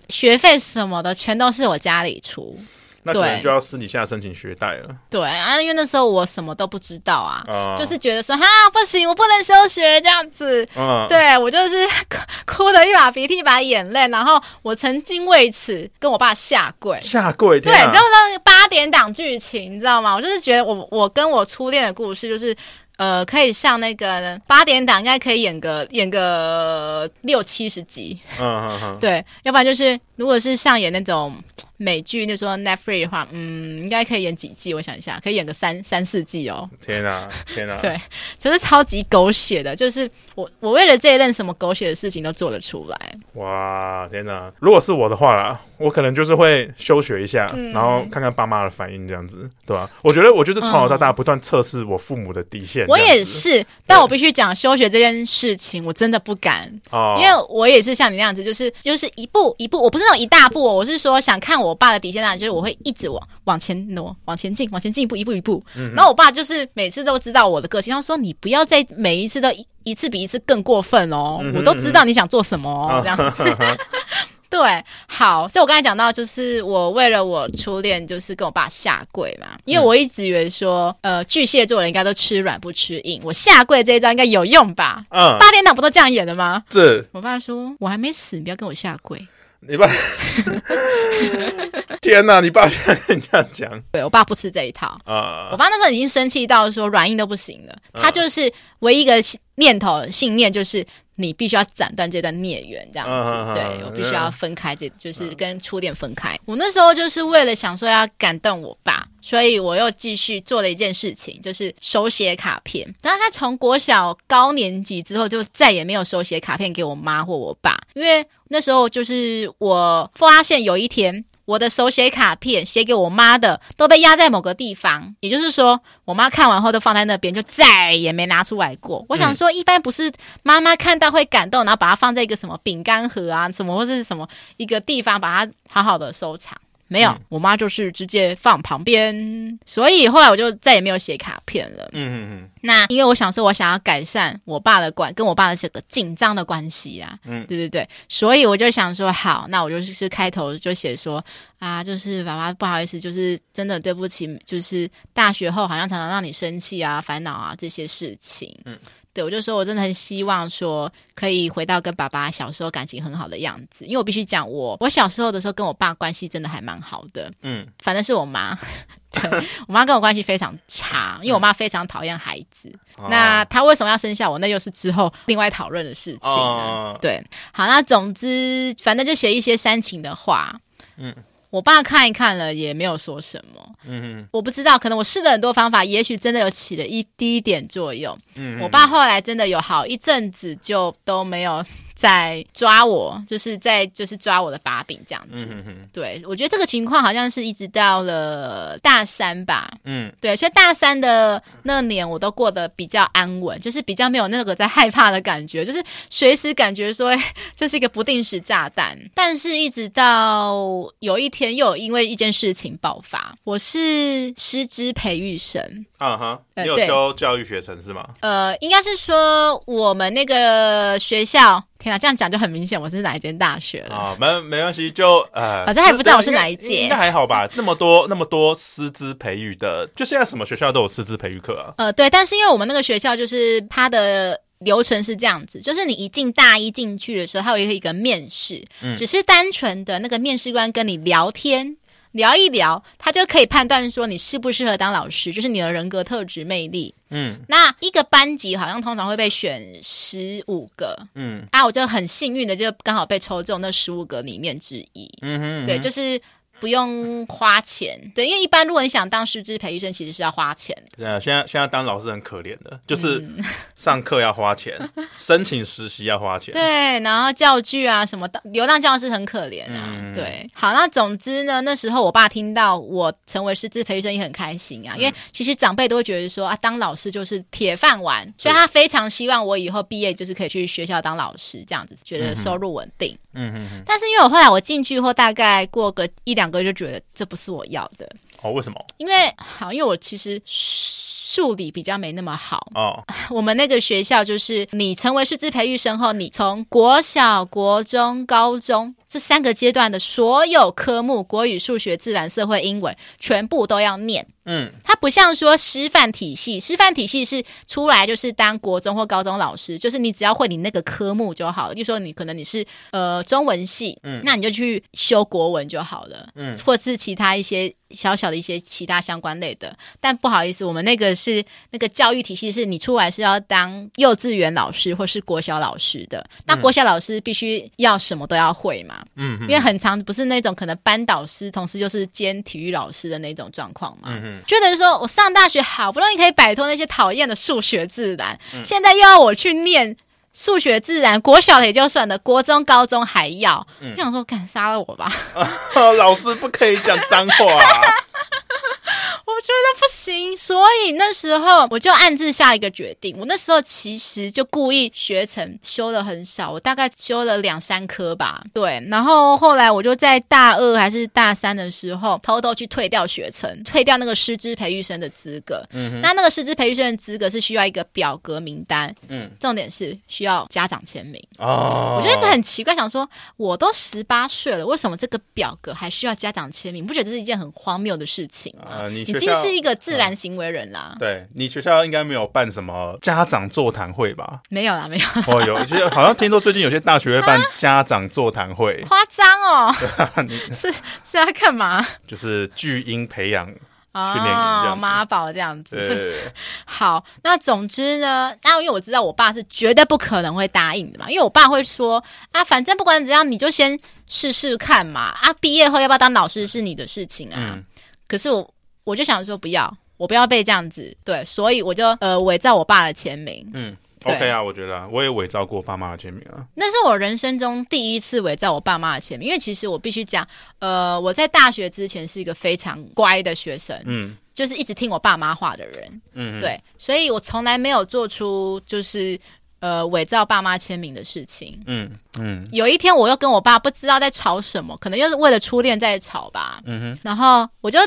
Speaker 3: 学费什么的全都是我家里出。
Speaker 1: 那可能
Speaker 3: 对
Speaker 1: 就要私底下申请学贷了
Speaker 3: 对啊，因为那时候我什么都不知道啊，
Speaker 1: 啊，
Speaker 3: 就是觉得说哈不行，我不能休学这样子。
Speaker 1: 嗯，
Speaker 3: 对我就是哭哭的一把鼻涕一把眼泪，然后我曾经为此跟我爸下跪。
Speaker 1: 下跪，
Speaker 3: 对，
Speaker 1: 天
Speaker 3: 你
Speaker 1: 啊
Speaker 3: 知道那个八点档剧情，你知道吗？我就是觉得我我跟我初恋的故事，就是呃，可以像那个八点档，应该可以演个演个六七十集，
Speaker 1: 嗯嗯嗯，
Speaker 3: 对，要不然就是如果是像演那种美剧，那时候 Netflix 的话，嗯，应该可以演几季？我想一下，可以演个三三四季哦。
Speaker 1: 天啊，天啊，
Speaker 3: 对就是超级狗血的，就是我我为了这一任什么狗血的事情都做得出来。
Speaker 1: 哇，天哪！如果是我的话啦，我可能就是会休学一下，然后看看爸妈的反应，这样子，对吧、我觉得，我就是从小到大不断测试我父母的底线。
Speaker 3: 我
Speaker 1: 这样子
Speaker 3: 也是，但我必须讲休学这件事情，我真的不敢。
Speaker 1: 哦，
Speaker 3: 因为我也是像你那样子，就是就是一步一步，我不是那种一大步哦，我是说想看我爸的底线在哪，就是我会一直往往前挪，往前进，往前进一步，一步一步。
Speaker 1: 嗯
Speaker 3: 然后我爸就是每次都知道我的个性，他说你不要再每一次都一一次比一次更过分哦，
Speaker 1: 嗯哼
Speaker 3: 我都知道你想做什么哦，
Speaker 1: 啊
Speaker 3: 这样子。 <laughs> 对，好，所以我刚才讲到，就是我为了我初恋，就是跟我爸下跪嘛，因为我一直以为说，呃，巨蟹座的人应该都吃软不吃硬，我下跪这一招应该有用吧？
Speaker 1: 嗯，
Speaker 3: 八点档不都这样演的吗？
Speaker 1: 这
Speaker 3: 我爸说：“我还没死，你不要跟我下跪。
Speaker 1: 你爸，天哪！你爸现在跟你这样讲
Speaker 3: 对”我爸不吃这一套。我
Speaker 1: 啊，
Speaker 3: 爸那时候已经生气到说软硬都不行了，他就是唯一一个念头信念就是你必须要斩断这段孽缘，这样
Speaker 1: 嗯嗯嗯
Speaker 3: 子。对
Speaker 1: 嗯
Speaker 3: 我必须要分开，这就是跟初恋分开。我那时候就是为了想说要感动我爸，所以我又继续做了一件事情，就是手写卡片。但是他从国小高年级之后就再也没有手写卡片给我妈或我爸，因为那时候就是我发现有一天。我的手写卡片写给我妈的都被压在某个地方，也就是说，我妈看完后都放在那边，就再也没拿出来过。我
Speaker 1: 嗯
Speaker 3: 想说，一般不是妈妈看到会感动，然后把它放在一个什么饼干盒啊，什么或者是什么一个地方，把它好好的收藏。没有，我妈就是直接放旁边，所以后来我就再也没有写卡片了。
Speaker 1: 嗯嗯
Speaker 3: 那因为我想说，我想要改善我爸的关，跟我爸的这个紧张的关系啊，
Speaker 1: 嗯
Speaker 3: 嗯，对对对，所以我就想说，好，那我就是开头就写说啊，就是爸爸不好意思，就是真的对不起，就是大学后好像常常让你生气啊、烦恼啊这些事情，
Speaker 1: 嗯
Speaker 3: 嗯。对，我就说，我真的很希望说可以回到跟爸爸小时候感情很好的样子，因为我必须讲我，我小时候的时候跟我爸关系真的还蛮好的，
Speaker 1: 嗯
Speaker 3: 反正是我妈， <laughs> 对我妈跟我关系非常差，因为我妈非常讨厌孩子。
Speaker 1: 嗯，
Speaker 3: 那她为什么要生下我？那又是之后另外讨论的事情啊了。
Speaker 1: 哦
Speaker 3: 对，好，那总之反正就写一些煽情的话。
Speaker 1: 嗯
Speaker 3: 嗯，我爸看一看了也没有说什么，
Speaker 1: 嗯
Speaker 3: 我不知道，可能我试了很多方法，也许真的有起了一滴点作用。
Speaker 1: 嗯，
Speaker 3: 我爸后来真的有好一阵子就都没有再抓我，就是在就是抓我的把柄这样子。
Speaker 1: 嗯嗯嗯
Speaker 3: 对，我觉得这个情况好像是一直到了大三吧，
Speaker 1: 嗯
Speaker 3: 对，所以大三的那年我都过得比较安稳，就是比较没有那个在害怕的感觉，就是随时感觉说 <laughs> 这是一个不定时炸弹。但是，一直到有一天又有因为一件事情爆发，我是师资培育生，
Speaker 1: 啊哈，
Speaker 3: 呃
Speaker 1: 你有
Speaker 3: 对
Speaker 1: 修教育学程是吗？
Speaker 3: 呃，应该是说我们那个学校，天啊，这样讲就很明显我是哪一间大学了。
Speaker 1: 啊，没没关系，就呃，
Speaker 3: 反正还不知道我是哪一
Speaker 1: 应该
Speaker 3: 届
Speaker 1: 应该还好吧？那么多那么多师资培育的，就现在什么学校都有师资培育课啊。
Speaker 3: 呃，对，但是因为我们那个学校就是它的。流程是这样子，就是你一进大一进去的时候，它有一个一个面试，
Speaker 1: 嗯
Speaker 3: 只是单纯的那个面试官跟你聊天聊一聊，他就可以判断说你适不适合当老师，就是你的人格特质魅力。
Speaker 1: 嗯
Speaker 3: 那一个班级好像通常会被选十五个
Speaker 1: 嗯
Speaker 3: 啊，我就很幸运的就刚好被抽中那十五个里面之一。
Speaker 1: 嗯哼，
Speaker 3: 对，就是不用花钱。对，因为一般如果你想当师资培育生，其实是要花钱的。
Speaker 1: 呃，现在现在当老师很可怜的，就是
Speaker 3: 嗯
Speaker 1: 上课要花钱，申请实习要花钱。
Speaker 3: 对，然后教具啊什么的，流浪教师很可怜啊。
Speaker 1: 嗯
Speaker 3: 对，好，那总之呢，那时候我爸听到我成为师资培育生也很开心啊，因为其实长辈都会觉得说啊，当老师就是铁饭碗，所以他非常希望我以后毕业就是可以去学校当老师，这样子觉得收入稳定。
Speaker 1: 嗯嗯嗯，
Speaker 3: 但是因为我后来我进去后，大概过个一两个月就觉得这不是我要的，
Speaker 1: 哦，为什么？
Speaker 3: 因为好，因为我其实数理比较没那么好，
Speaker 1: 哦，
Speaker 3: <laughs> 我们那个学校就是你成为师资培育生后，你从国小、国中、高中这三个阶段的所有科目，国语、数学、自然、社会、英文，全部都要念。
Speaker 1: 嗯
Speaker 3: 它不像说师范体系，师范体系是出来就是当国中或高中老师，就是你只要会你那个科目就好了。就说你可能你是呃中文系，
Speaker 1: 嗯
Speaker 3: 那你就去修国文就好了，
Speaker 1: 嗯
Speaker 3: 或是其他一些小小的一些其他相关类的。但不好意思，我们那个是那个教育体系是你出来是要当幼稚园老师或是国小老师的，那国小老师必须要什么都要会嘛，
Speaker 1: 嗯嗯
Speaker 3: 因为很常不是那种可能班导师同时就是兼体育老师的那种状况嘛。
Speaker 1: 嗯
Speaker 3: 觉得说我上大学好不容易可以摆脱那些讨厌的数学自然，
Speaker 1: 嗯
Speaker 3: 现在又要我去念数学自然，国小的也就算了，国中、高中还要，
Speaker 1: 嗯
Speaker 3: 我想说敢杀了我吧，
Speaker 1: 哼，哦老师不可以讲脏话。啊
Speaker 3: 我觉得不行，所以那时候我就暗自下一个决定。我那时候其实就故意学成修的很少，我大概修了两三科吧。对，然后后来我就在大二还是大三的时候，偷偷去退掉学成，退掉那个师资培育生的资格。
Speaker 1: 嗯哼
Speaker 3: 那那个师资培育生的资格是需要一个表格名单，
Speaker 1: 嗯
Speaker 3: 重点是需要家长签名。
Speaker 1: 哦，
Speaker 3: <laughs> 我觉得这很奇怪，想说我都十八岁了，为什么这个表格还需要家长签名？你不觉得这是一件很荒谬的事情吗？
Speaker 1: 啊，你
Speaker 3: 已
Speaker 1: 学
Speaker 3: 经
Speaker 1: 校啊
Speaker 3: 是一个自然行为人啦。
Speaker 1: 对你学校应该没有办什么家长座谈会吧？
Speaker 3: <laughs> 没有啦，没有，
Speaker 1: 哦，有，其实好像听说最近有些大学会办家长座谈会，
Speaker 3: 夸张哦，
Speaker 1: <laughs>
Speaker 3: <laughs> 是是要干嘛？
Speaker 1: 就是巨婴培养。
Speaker 3: 哦
Speaker 1: <laughs> 训练营这样子
Speaker 3: 妈宝这样子。
Speaker 1: 对，
Speaker 3: 好，那总之呢，那因为我知道我爸是绝对不可能会答应的嘛，因为我爸会说啊，反正不管怎样，你就先试试看嘛，啊，毕业后要不要当老师是你的事情啊。
Speaker 1: 嗯
Speaker 3: 可是我我就想说不要，我不要被这样子，对，所以我就呃伪造我爸的签名，
Speaker 1: 嗯
Speaker 3: 对
Speaker 1: ，OK 啊，我觉得啊我也伪造过爸妈的签名啊。
Speaker 3: 那是我人生中第一次围在我爸妈的前面，因为其实我必须讲，呃，我在大学之前是一个非常乖的学生，
Speaker 1: 嗯
Speaker 3: 就是一直听我爸妈话的人，
Speaker 1: 嗯，
Speaker 3: 对，所以我从来没有做出就是呃伪造爸妈签名的事情。
Speaker 1: 嗯嗯
Speaker 3: 有一天，我又跟我爸不知道在吵什么，可能又是为了初恋在吵吧，
Speaker 1: 嗯哼，
Speaker 3: 然后我就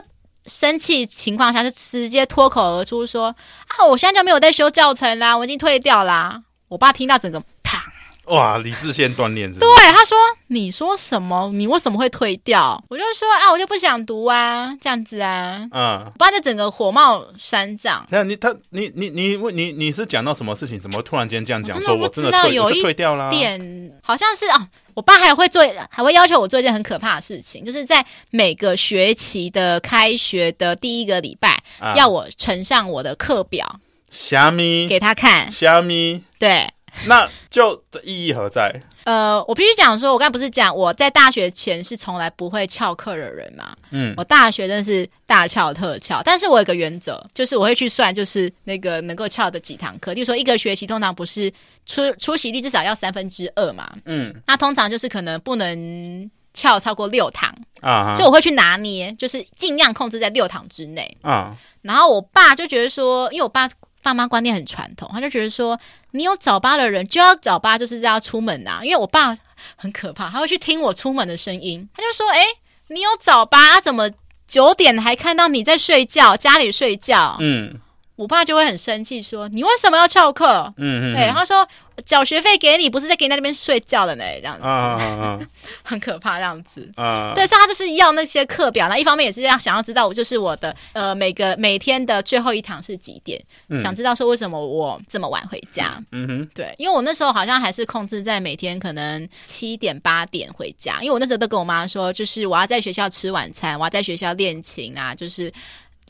Speaker 3: 生气情况下就直接脱口而出说啊，我现在就没有在修教程啦，我已经退掉啦。我爸听到整个啪。
Speaker 1: 哇，理智线锻炼是不是？
Speaker 3: 对，他说：“你说什么？你为什么会退掉？”我就说：“啊，我就不想读啊，这样子啊。”
Speaker 1: 嗯，
Speaker 3: 我爸就整个火冒三丈。
Speaker 1: 那你他你你你问你你是讲到什么事情？怎么突然间这样讲？
Speaker 3: 我真的
Speaker 1: 说
Speaker 3: 不
Speaker 1: 我
Speaker 3: 知
Speaker 1: 真的
Speaker 3: 道
Speaker 1: 退
Speaker 3: 有
Speaker 1: 我就
Speaker 3: 一
Speaker 1: 退掉啦。
Speaker 3: 点好像是哦，我爸还会做，还会要求我做一件很可怕的事情，就是在每个学期的开学的第一个礼拜，
Speaker 1: 啊
Speaker 3: 要我呈上我的课表
Speaker 1: 虾米
Speaker 3: 给他看。
Speaker 1: 虾米，
Speaker 3: 对，
Speaker 1: 那就这意义何在？
Speaker 3: 呃，我必须讲说，我刚才不是讲我在大学前是从来不会翘课的人嘛，
Speaker 1: 嗯
Speaker 3: 我大学真的是大翘特翘，但是我有一个原则，就是我会去算，就是那个能够翘的几堂课。例如说，一个学期通常不是出出席率至少要三分之二嘛，
Speaker 1: 嗯
Speaker 3: 那通常就是可能不能翘超过六堂，
Speaker 1: 啊
Speaker 3: 所以我会去拿捏，就是尽量控制在六堂之内。
Speaker 1: 啊
Speaker 3: 然后我爸就觉得说，因为我爸爸妈观念很传统，他就觉得说，你有早八的人就要早八，就是要出门啊。因为我爸很可怕，他会去听我出门的声音，他就说，哎、你有早八，啊、怎么九点还看到你在睡觉，家里睡觉？
Speaker 1: 嗯
Speaker 3: 我爸就会很生气，说，你为什么要翘课？
Speaker 1: 嗯嗯
Speaker 3: 对，他说缴学费给你，不是在给你在那边睡觉的呢，这样子、
Speaker 1: 啊啊
Speaker 3: 很可怕，这样子。
Speaker 1: 啊啊！
Speaker 3: 对，所以他就是要那些课表，那一方面也是要想要知道，我就是我的呃每个每天的最后一堂是几点，
Speaker 1: 嗯
Speaker 3: 想知道说为什么我这么晚回家。
Speaker 1: 嗯哼
Speaker 3: <laughs> 对，因为我那时候好像还是控制在每天可能七点八点回家，因为我那时候都跟我妈说，就是我要在学校吃晚餐，我要在学校练琴啊，就是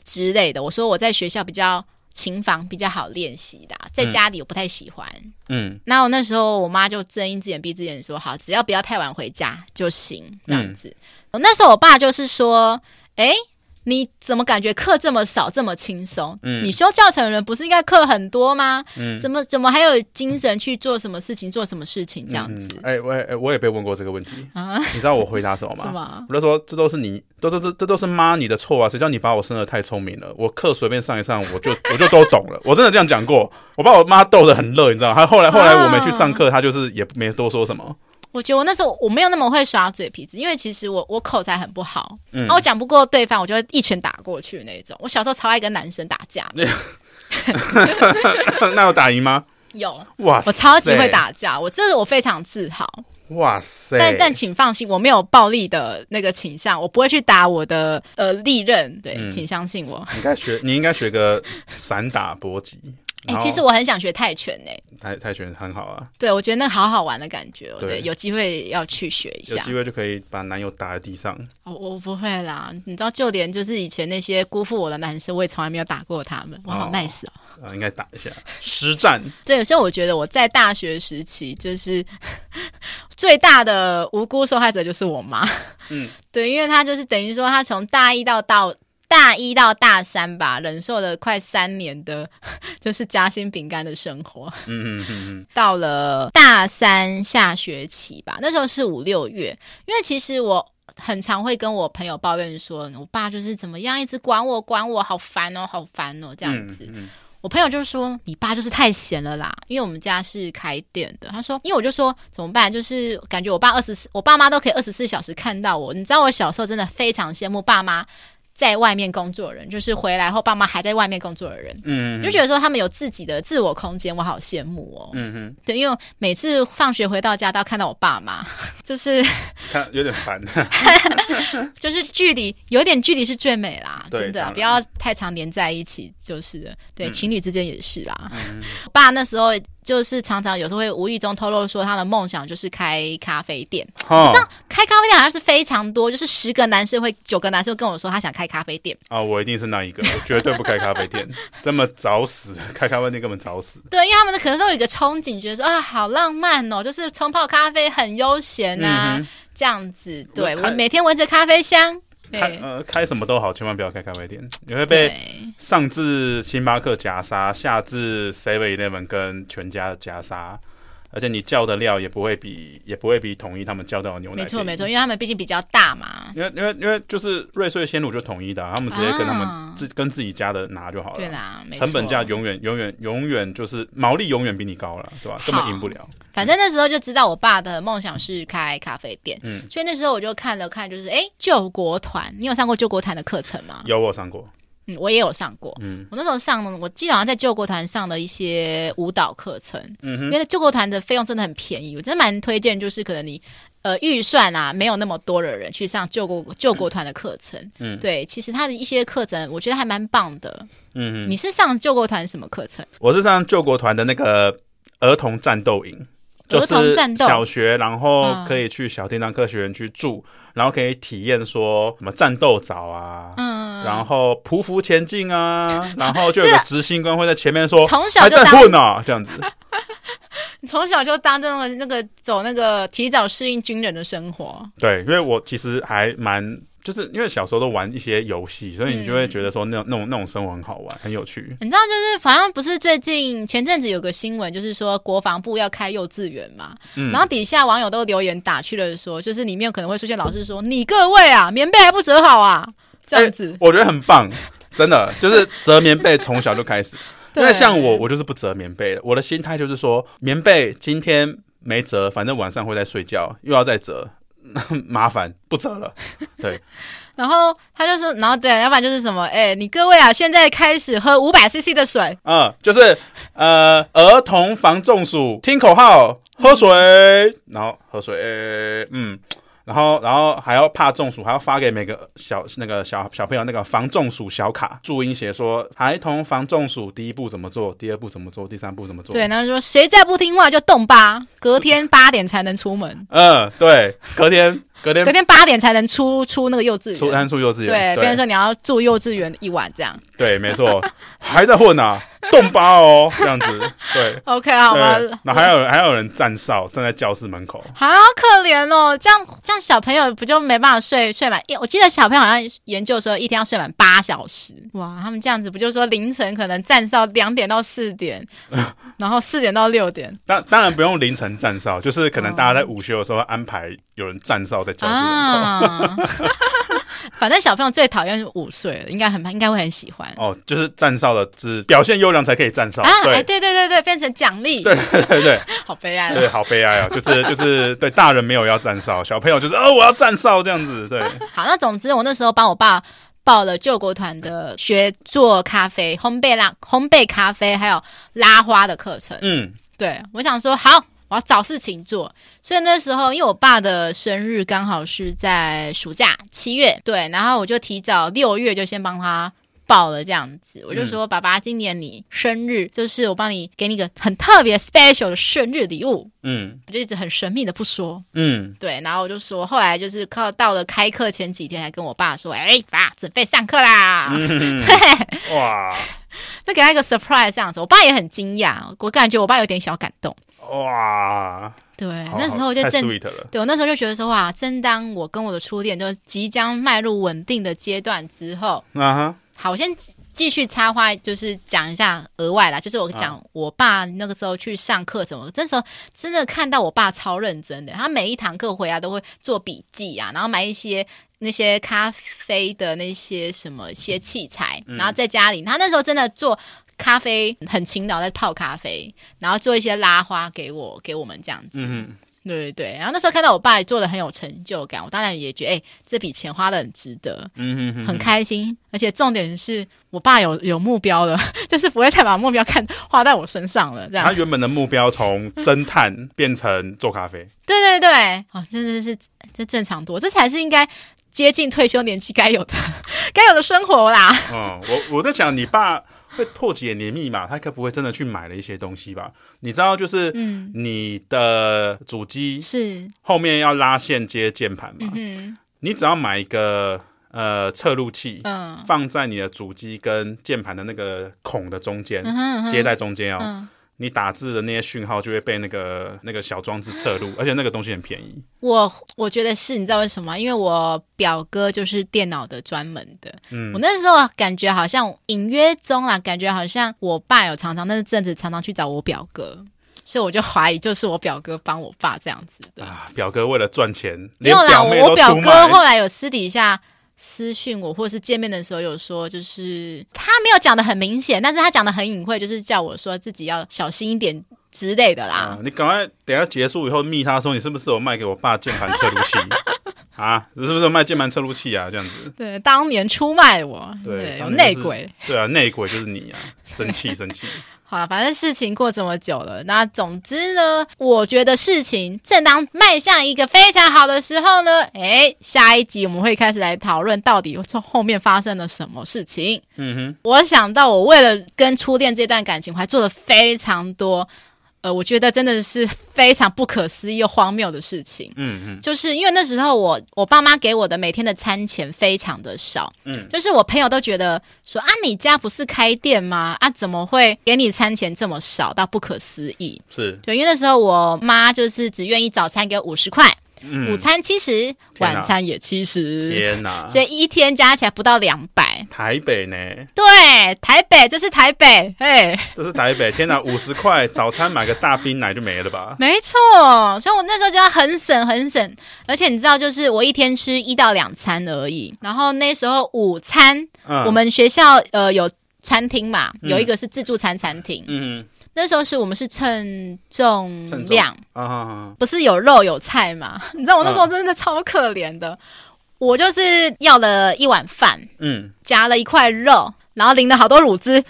Speaker 3: 之类的。我说我在学校比较琴房比较好练习的啊、在
Speaker 1: 嗯
Speaker 3: 家里我不太喜欢。
Speaker 1: 嗯
Speaker 3: 那我那时候我妈就睁一只眼闭一只眼说好，只要不要太晚回家就
Speaker 1: 嗯
Speaker 3: 行，这样子。我那时候我爸就是说，哎、你怎么感觉课这么少，这么轻松？
Speaker 1: 嗯
Speaker 3: 你修教程的人不是应该课很多吗？
Speaker 1: 嗯
Speaker 3: 怎么怎么还有精神去做什么事情，做什么事情这样子、
Speaker 1: 嗯哎，我哎我也被问过这个问题，
Speaker 3: 啊？
Speaker 1: 你知道我回答什么
Speaker 3: 什
Speaker 1: 吗？
Speaker 3: 么？
Speaker 1: 我就说这都是你，都这这这都是妈你的错啊！谁叫你把我生的太聪明了？我课随便上一上，我就 <laughs> 我就都懂了。我真的这样讲过，我把我妈逗得很乐，你知道吗？她后来后来我没去上
Speaker 3: 啊
Speaker 1: 课，她就是也没多说什么。 <laughs>
Speaker 3: 我觉得我那时候我没有那么会耍嘴皮子，因为其实我我口才很不好，
Speaker 1: 嗯
Speaker 3: 然后我讲不过对方，我就会一拳打过去那种。我小时候超爱跟男生打架，
Speaker 1: <laughs> 那有打赢吗？
Speaker 3: 有
Speaker 1: 哇塞，
Speaker 3: 我超级会，打架，我这是我非常自豪。
Speaker 1: 哇塞！
Speaker 3: 但但请放心，我没有暴力的那个倾向，我不会去打我的呃利刃。对，
Speaker 1: 嗯
Speaker 3: 请相信我。
Speaker 1: 你应该学，你应该学个散打搏击。
Speaker 3: 哎、
Speaker 1: 然后
Speaker 3: 其实我很想学泰拳诶、
Speaker 1: 泰泰拳很好啊，
Speaker 3: 对我觉得那好好玩的感觉，我
Speaker 1: 对
Speaker 3: 对，有机会要去学一
Speaker 1: 有
Speaker 3: 下
Speaker 1: 机。会就可以把男友打在地
Speaker 3: <laughs>
Speaker 1: 上。
Speaker 3: 我我不会啦，你知道，就连就是以前那些辜负我的男生，我也从来没有打过他们，我好
Speaker 1: 哦
Speaker 3: nice 哦。
Speaker 1: 啊，应该打一下实战。
Speaker 3: 对，所以我觉得我在大学时期就是 <laughs> 最大的无辜受害者就是我妈。
Speaker 1: 嗯，
Speaker 3: <laughs> 对，因为她就是等于说她从大一到到大一到大三吧，忍受了快三年的就是夹心饼干的生活。
Speaker 1: 嗯嗯嗯
Speaker 3: 到了大三下学期吧，那时候是五六月，因为其实我。很常会跟我朋友抱怨说，我爸就是怎么样，一直管我，管我，好烦哦，好烦哦，这
Speaker 1: 这
Speaker 3: 样子。
Speaker 1: 嗯
Speaker 3: 我朋友就说：“你爸就是太闲了啦，因为我们家是开店的。”他说：“因为我就说怎么办，就是感觉我爸二十四，我爸妈都可以二十四小时看到我。你知道我小时候真的非常羡慕爸妈在外面工作的人，就是回来后爸妈还在外面工作的人，
Speaker 1: 嗯，
Speaker 3: 就觉得说他们有自己的自我空间，我好羡慕哦。
Speaker 1: 嗯嗯，
Speaker 3: 对，因为每次放学回到家都要看到我爸妈， <laughs> 就是
Speaker 1: 看有点烦。
Speaker 3: 就是距离有点距离是最美啦，
Speaker 1: 对
Speaker 3: 真的
Speaker 1: 当
Speaker 3: 啊
Speaker 1: 然
Speaker 3: 不要太常黏在一起就是了。对，
Speaker 1: 嗯
Speaker 3: 情侣之间也是啦。
Speaker 1: 嗯
Speaker 3: 我 <laughs> 爸那时候就是常常有时候会无意中透露说他的梦想就是开咖啡店，
Speaker 1: 哦
Speaker 3: 开咖啡店好像是非常多，就是十个男生会九个男生会跟我说他想开咖啡店。
Speaker 1: 啊，我一定是那一个，我绝对不开咖啡
Speaker 3: <laughs>
Speaker 1: 店，这么找死， <laughs> 开咖啡店根本找死。
Speaker 3: 对，因为他们可能都有一个憧憬，觉得说啊好浪漫哦，就是冲泡咖啡很悠闲啊、
Speaker 1: 嗯
Speaker 3: 这样子。对
Speaker 1: 我
Speaker 3: 我
Speaker 1: 看
Speaker 3: 每天闻着咖啡香，
Speaker 1: 哼，开
Speaker 3: 对
Speaker 1: 呃开什么都好，千万不要开咖啡店，你会被
Speaker 3: 对。
Speaker 1: 上至星巴克夹杀，下至 Seven Eleven 跟全家夹杀，而且你叫的料也不会比也不会比统一他们叫到的牛奶
Speaker 3: 没
Speaker 1: 便宜。
Speaker 3: 错没错，因为他们毕竟比较大嘛。
Speaker 1: 因为因为因为就是瑞穗鲜乳就统一的、啊，他们直接跟他
Speaker 3: 啊
Speaker 1: 们自、跟自己家的拿就好了。
Speaker 3: 对啦，没错
Speaker 1: 成本价永远永远永远就是毛利永远比你高了，对吧？根本赢不了。
Speaker 3: 反正那时候就知道我爸的梦想是开咖啡店，
Speaker 1: 嗯，
Speaker 3: 所以那时候我就看了看，就是哎救国团，你有上过救国团的课程吗？
Speaker 1: 有我上过，
Speaker 3: 嗯，我也有上过。
Speaker 1: 嗯
Speaker 3: 我那时候上，我记得好像在救国团上了一些舞蹈课程，
Speaker 1: 嗯
Speaker 3: 因
Speaker 1: 哼，
Speaker 3: 为救国团的费用真的很便宜，我真的蛮推荐，就是可能你呃预算啊没有那么多的人去上救国救国团的课程，
Speaker 1: 嗯
Speaker 3: 对，其实他的一些课程我觉得还蛮棒的。
Speaker 1: 嗯
Speaker 3: 你
Speaker 1: 哼，
Speaker 3: 是上救国团什么课程？
Speaker 1: 我是上救国团的那个儿童战斗营，就
Speaker 3: 儿童
Speaker 1: 是
Speaker 3: 战斗
Speaker 1: 小学，然后
Speaker 3: 嗯
Speaker 1: 可以去小叮当科学园去住，然后可以体验说什么战斗澡啊。
Speaker 3: 嗯，
Speaker 1: 然后匍匐前进
Speaker 3: <laughs>
Speaker 1: 啊，然后就有个执行官会在前面说：“
Speaker 3: 从小
Speaker 1: 还
Speaker 3: 就
Speaker 1: 在
Speaker 3: 当
Speaker 1: 混啊，这样子。
Speaker 3: 从小就当那个那个走那个提早适应军人的生活，
Speaker 1: 对，因为我其实还蛮。就是因为小时候都玩一些游戏，所以你就会觉得说那种那种那种生活很好玩，很有趣。
Speaker 3: 你知道，就是好像不是最近前阵子有个新闻，就是说国防部要开幼稚园嘛，
Speaker 1: 嗯
Speaker 3: 然后底下网友都留言打趣的说，就是里面可能会出现老师说：“你各位啊，棉被还不折好啊？”这样子 <laughs>
Speaker 1: 哎，我觉得很棒，真的就是折棉被从小就开始。因
Speaker 3: 对
Speaker 1: 为像我，我就是不折棉被的。我的心态就是说，棉被今天没折，反正晚上会再睡觉，又要再折， <laughs> 麻烦不折了。
Speaker 3: 然后他就说，然后对，要不然就是什么，哎、你各位啊，现在开始喝五百 CC 的水，
Speaker 1: 嗯，就是呃，儿童防中暑，听口号，喝水，然后喝水，嗯，然后然后还要怕中暑，还要发给每个小那个小小朋友那个防中暑小卡，注音写说孩童防中暑第一步怎么做，第二步怎么做，第三步怎么做。
Speaker 3: 对，，然后说谁再不听话就冻八，隔天八点才能出门，
Speaker 1: 嗯，对，隔天 <laughs> 隔天
Speaker 3: 隔天八点才能出出那个幼稚
Speaker 1: 出
Speaker 3: 园。
Speaker 1: 安出幼稚
Speaker 3: 对，
Speaker 1: 园，
Speaker 3: 别人
Speaker 1: 对
Speaker 3: 说你要住幼稚园一晚这样
Speaker 1: 对，没错，
Speaker 3: <laughs>
Speaker 1: 还在混啊，冻八哦，这样子，对。
Speaker 3: ，OK 好
Speaker 1: 对
Speaker 3: 吗？，
Speaker 1: 然后还有还有人站哨，站在教室门口，
Speaker 3: 好可怜哦，这样这样小朋友不就没办法睡睡满？因为我记得小朋友好像研究说一天要睡满八小时，哇，他们这样子不就说凌晨可能站到两点到四
Speaker 1: <laughs>
Speaker 3: 点，然后四点到六点
Speaker 1: 当当然不用凌晨站哨，就是
Speaker 3: 哦
Speaker 1: 可能大家在午休的时候安排有人站哨在教室门口。
Speaker 3: 啊。 <laughs> 反正小朋友最讨厌午睡了，应该很应该会很喜欢
Speaker 1: 哦，就是站哨的是表现优良才可以站哨，
Speaker 3: 啊！哎，
Speaker 1: 对
Speaker 3: 对对对对，变成奖励，
Speaker 1: 对对对对
Speaker 3: <laughs> 好悲哀
Speaker 1: 对，
Speaker 3: 哦。
Speaker 1: 好悲哀哦，
Speaker 3: <laughs>
Speaker 1: 就是就是对大人没有要站哨，小朋友就是哦我要站哨这样子，对，
Speaker 3: 好，那总之我那时候帮我爸报了救国团的学做咖啡、烘焙拉烘焙咖啡，还有拉花的课程。
Speaker 1: 嗯
Speaker 3: 对，我想说好，我要找事情做。所以那时候，因为我爸的生日刚好是在暑假七月，对，然后我就提早六月就先帮他。报了这样子，我就说、爸爸，今年你生日，就是我帮你给你一个很特别 special 的生日礼物，
Speaker 1: 嗯
Speaker 3: 我就一直很神秘的不说。
Speaker 1: 嗯
Speaker 3: 对，然后我就说，后来就是靠到了开课前几天，才跟我爸说，哎、爸，准备上课啦。 <laughs>
Speaker 1: 嗯，哇
Speaker 3: 就给他一个 surprise 这样子，我爸也很惊讶，我感觉我爸有点小感动。
Speaker 1: 哇，
Speaker 3: 对，
Speaker 1: 好
Speaker 3: 哎那时候我就
Speaker 1: 太
Speaker 3: 正
Speaker 1: sweet 了，
Speaker 3: 对我那时候就觉得说，哇，正当我跟我的初恋就即将迈入稳定的阶段之后，
Speaker 1: 啊哈，
Speaker 3: 好，我先继继续插话，就是讲一下额外啦，就是我讲我爸那个时候去上课什么，那时候真的看到我爸超认真的，他每一堂课回来都会做笔记啊，然后买一些。那些咖啡的那些什么一些器材，然后在家里，他那时候真的做咖啡很勤劳，在泡咖啡，然后做一些拉花给我给我们这样子。
Speaker 1: 嗯
Speaker 3: 对对对，然后那时候看到我爸也做的很有成就感，我当然也觉得，哎、这笔钱花的很值得，
Speaker 1: 嗯嗯
Speaker 3: 很开心。而且重点是我爸有有目标了， <laughs> 就是不会再把目标看花在我身上了，这样
Speaker 1: 他。原本的目标从侦探变成做咖啡， <laughs>
Speaker 3: 对对对，啊，真的是这正常多，这才是应该接近退休年纪该有的 <laughs> 该有的生活啦。
Speaker 1: 嗯，我我在想，你爸会破解你的密码，他该不会真的去买了一些东西吧？你知道，就是
Speaker 3: 嗯
Speaker 1: 你的主机
Speaker 3: 是，
Speaker 1: 后面要拉线接键盘嘛，
Speaker 3: 嗯
Speaker 1: 你只要买一个呃测录器，
Speaker 3: 嗯
Speaker 1: 放在你的主机跟键盘的那个孔的中间，
Speaker 3: 嗯哼嗯哼
Speaker 1: 接在中间哦。
Speaker 3: 嗯，
Speaker 1: 你打字的那些讯号就会被那个那个小装置测录，而且那个东西很便宜。
Speaker 3: 我我觉得是，你知道为什么吗？因为我表哥就是电脑的专门的，
Speaker 1: 嗯
Speaker 3: 我，那时候感觉好像隐约中啦，感觉好像我爸有常常那阵子常常去找我表哥，所以我就怀疑就是我表哥帮我爸这样子的。
Speaker 1: 啊，表哥为了赚钱，
Speaker 3: 没
Speaker 1: 连
Speaker 3: 有啦，
Speaker 1: 表妹
Speaker 3: 我
Speaker 1: 都
Speaker 3: 我表
Speaker 1: 出
Speaker 3: 哥
Speaker 1: 卖。啊
Speaker 3: 后来有私底下私讯我，或是见面的时候有说，就是他没有讲的很明显，但是他讲的很隐晦，就是叫我说自己要小心一点之类的啦
Speaker 1: 啊。！你赶快等一下结束以后密他说你是不是有卖给我爸键盘测录器 <laughs> 啊？你是不是有卖键盘测录器啊？这样子，
Speaker 3: 对，当年出卖我，
Speaker 1: 对
Speaker 3: 对，有
Speaker 1: 当
Speaker 3: 内
Speaker 1: 年就是
Speaker 3: 鬼。
Speaker 1: 对啊，内鬼就是你啊！生气生气，
Speaker 3: 好了，反正事情过这么久了，那总之呢，我觉得事情正当迈向一个非常好的时候呢，诶，下一集我们会开始来讨论到底从后面发生了什么事情。
Speaker 1: 嗯
Speaker 3: 我想到我为了跟初恋这段感情，我还做了非常多呃，我觉得真的是非常不可思议又荒谬的事情。
Speaker 1: 嗯嗯
Speaker 3: 就是因为那时候我我爸妈给我的每天的餐钱非常的少，
Speaker 1: 嗯，
Speaker 3: 就是我朋友都觉得说啊，你家不是开店吗？啊，怎么会给你餐钱这么少到不可思议？
Speaker 1: 是，
Speaker 3: 对，因为那时候我妈就是只愿意早餐给我五十块，
Speaker 1: 嗯
Speaker 3: 午餐七十，
Speaker 1: 天哪
Speaker 3: 晚餐也七十，
Speaker 1: 天哪，
Speaker 3: 所以一天加起来不到两百。
Speaker 1: 台北呢？
Speaker 3: 对，台北，这是台北，哎，
Speaker 1: 这是台北，天哪，五十块早餐买个大冰奶就没了吧？
Speaker 3: <laughs> 没错，所以我那时候就要很省很省，而且你知道，就是我一天吃一到两餐而已。然后那时候午餐，
Speaker 1: 嗯，
Speaker 3: 我们学校呃有餐厅嘛，
Speaker 1: 嗯
Speaker 3: 有一个是自助餐餐厅。
Speaker 1: 嗯
Speaker 3: 那时候是我们是称重
Speaker 1: 称重
Speaker 3: 量，
Speaker 1: 啊啊啊，
Speaker 3: 不是有肉有菜嘛？ <laughs> 你知道我那时候真的超可怜的，我就是要了一碗饭，
Speaker 1: 嗯，
Speaker 3: 夹了一块肉，然后淋了好多乳汁，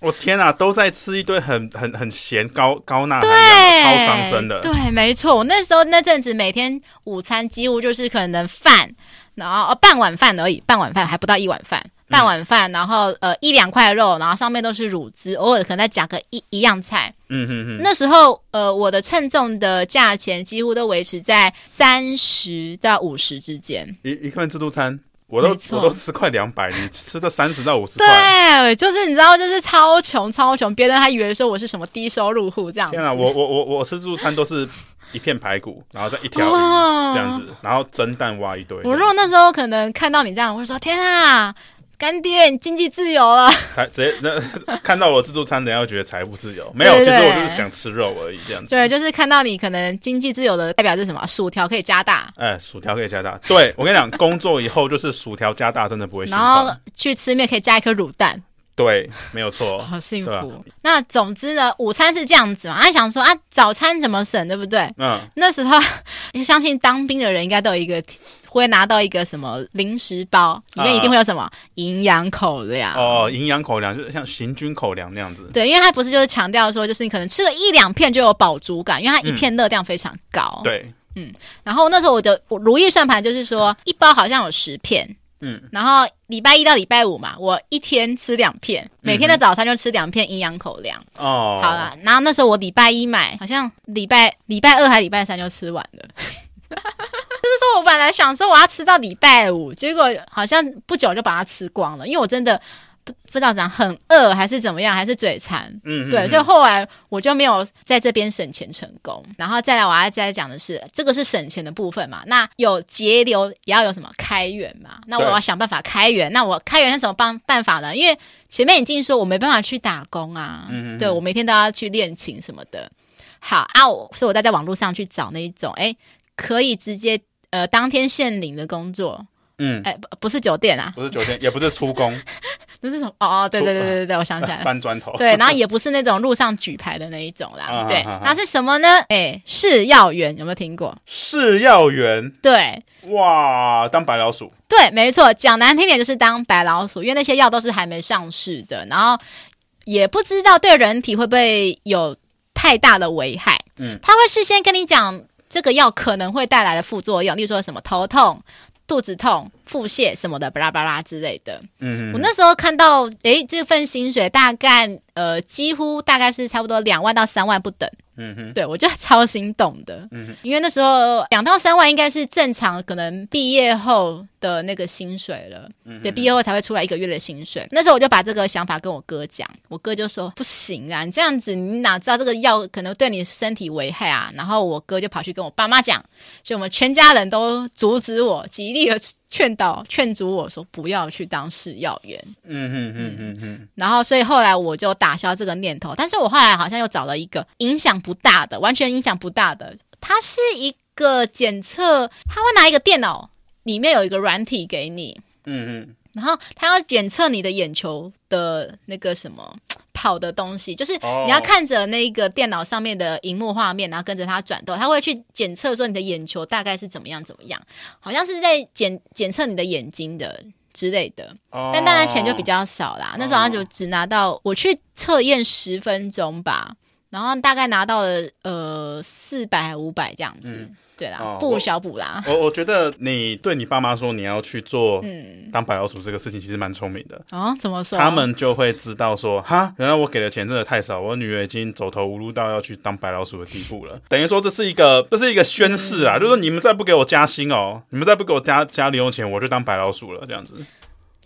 Speaker 1: 我天哪，都在吃一堆很很很咸高高钠含量的，
Speaker 3: 对，
Speaker 1: 超伤身的。
Speaker 3: 哎对，没错，我那时候那阵子每天午餐几乎就是可能饭，然后、哦、半碗饭而已，半碗饭还不到一碗饭。半碗饭，然后呃一两块肉，然后上面都是乳汁，偶尔可能再夹个一一样菜。
Speaker 1: 嗯嗯嗯，
Speaker 3: 那时候呃我的称重的价钱几乎都维持在三十到五十之间。
Speaker 1: 一一份自助餐，我都
Speaker 3: 没错
Speaker 1: 我都吃快两百，你吃到三十到五十块。
Speaker 3: 对，就是你知道，就是超穷超穷，别人还以为说我是什么低收入户这样子。
Speaker 1: 天啊哪，我我我我吃自助餐都是一片排骨，然后再一条
Speaker 3: 哇
Speaker 1: 鱼这样子，然后蒸蛋挖一堆，
Speaker 3: 哦我如果那时候可能看到你这样，我会说天啊，干爹，你经济自由了。 <laughs>
Speaker 1: 才直接那看到我自助餐，人家会觉得财富自由。没有，
Speaker 3: 对
Speaker 1: 其
Speaker 3: 对
Speaker 1: 实我就是想吃肉而已这样子。
Speaker 3: 对，就是看到你可能经济自由的代表是什么？薯条可以加大，
Speaker 1: 哎，薯条可以加大。对我跟你讲，工作以后就是薯条加大，真的不会心
Speaker 3: 然后
Speaker 1: 痛。
Speaker 3: 去吃面可以加一颗卤蛋，
Speaker 1: <laughs> 对，没有错。
Speaker 3: 好幸
Speaker 1: 对啊
Speaker 3: 福。那总之呢，午餐是这样子嘛，他想说啊，早餐怎么省，对不对？
Speaker 1: 嗯，
Speaker 3: 那时候 <laughs> 相信当兵的人应该都有一个。会拿到一个什么零食包，里面一定会有什么营养口粮
Speaker 1: 啊哦，营养口粮就是像行军口粮那样子。
Speaker 3: 啊对，因为它不是就是强调说，就是你可能吃了一两片就有饱足感，因为它一片热量非常高。。
Speaker 1: 嗯对，
Speaker 3: 然后那时候我的我如意算盘就是说，一包好像有十片，
Speaker 1: 嗯，
Speaker 3: 然后礼拜一到礼拜五嘛，我一天吃两片，每天的早餐就吃两片营养口粮。
Speaker 1: 哦，
Speaker 3: 好啦，然后那时候我礼拜一买，好像礼拜礼拜二还礼拜三就吃完了。 <laughs> 就是说我本来想说我要吃到礼拜五，结果好像不久就把它吃光了，因为我真的不不知道怎样，很饿还是怎么样，还是嘴馋。
Speaker 1: 嗯，嗯，
Speaker 3: 对，
Speaker 1: 嗯
Speaker 3: 所以后来我就没有在这边省钱成功。然后再来，我要再讲的是，这个是省钱的部分嘛。那有节流，也要有什么开源嘛？那我
Speaker 1: 对
Speaker 3: 要想办法开源。那我开源是什么办办法呢？因为前面已经说我没办法去打工啊，
Speaker 1: 嗯嗯嗯
Speaker 3: 对我每天都要去练琴什么的。好啊，我所以我在在网络上去找那一种，哎，可以直接呃当天现领的工作，
Speaker 1: 嗯，
Speaker 3: 哎，不不是酒店啊，
Speaker 1: 不是酒店，也不是出工
Speaker 3: 那是什么？哦哦，对
Speaker 1: 出
Speaker 3: 对对对 <laughs> 对，我想起来了，
Speaker 1: 搬砖头。
Speaker 3: 对，然后也不是那种路上举牌的那一种啦
Speaker 1: 哦啊，
Speaker 3: 对
Speaker 1: 啊啊，
Speaker 3: 那是什么呢？哎，试药员有没有听过？
Speaker 1: 是药员，
Speaker 3: 对
Speaker 1: 哇，当白老鼠。
Speaker 3: 对，没错，讲难听点就是当白老鼠，因为那些药都是还没上市的，然后也不知道对人体会不会有太大的危害。
Speaker 1: 嗯
Speaker 3: 他会事先跟你讲这个药可能会带来的副作用，例如说什么头痛、肚子痛、腹泻什么的，巴拉巴拉之类的。
Speaker 1: 嗯，
Speaker 3: 我那时候看到，诶，这份薪水大概呃，几乎大概是差不多两万到三万不等，
Speaker 1: 嗯哼，
Speaker 3: 对我就超心动的，
Speaker 1: 嗯哼
Speaker 3: 因为那时候两到三万应该是正常，可能毕业后的那个薪水了，
Speaker 1: 嗯
Speaker 3: 对，毕业后才会出来一个月的薪水。那时候我就把这个想法跟我哥讲，我哥就说不行啊，你这样子你哪知道这个药可能对你身体危害啊？然后我哥就跑去跟我爸妈讲，所以我们全家人都阻止我，极力的劝导、劝阻我说不要去当试药员。
Speaker 1: 嗯哼嗯哼嗯哼，
Speaker 3: 然后，所以后来我就打消这个念头。但是我后来好像又找了一个影响不大的，完全影响不大的。它是一个检测，他会拿一个电脑，里面有一个软体给你，
Speaker 1: 嗯哼，
Speaker 3: 然后他要检测你的眼球的那个什么跑的东西，就是
Speaker 1: 哦
Speaker 3: 你要看着那个电脑上面的荧幕画面，然后跟着它转动，他会去检测说你的眼球大概是怎么样怎么样，好像是在检检测你的眼睛的之类的。
Speaker 1: 哦
Speaker 3: 但当然钱就比较少啦。那时候好像就
Speaker 1: 哦
Speaker 3: 只拿到我去测验十分钟吧，然后大概拿到了呃四百五百这样子。
Speaker 1: 嗯
Speaker 3: 对啦，
Speaker 1: 哦
Speaker 3: 不
Speaker 1: 我
Speaker 3: 小补啦，
Speaker 1: 我我觉得你对你爸妈说你要去做
Speaker 3: 嗯，
Speaker 1: 当白老鼠这个事情，其实蛮聪明的。
Speaker 3: 哦，怎么说？
Speaker 1: 他们就会知道说，哈，原来我给的钱真的太少，我女儿已经走投无路到要去当白老鼠的地步了。等于说这是一个，这是一个宣誓
Speaker 3: 嗯
Speaker 1: 啊，就是说你们再不给我加薪哦，你们再不给我加加零用钱，我就当白老鼠了，这样子。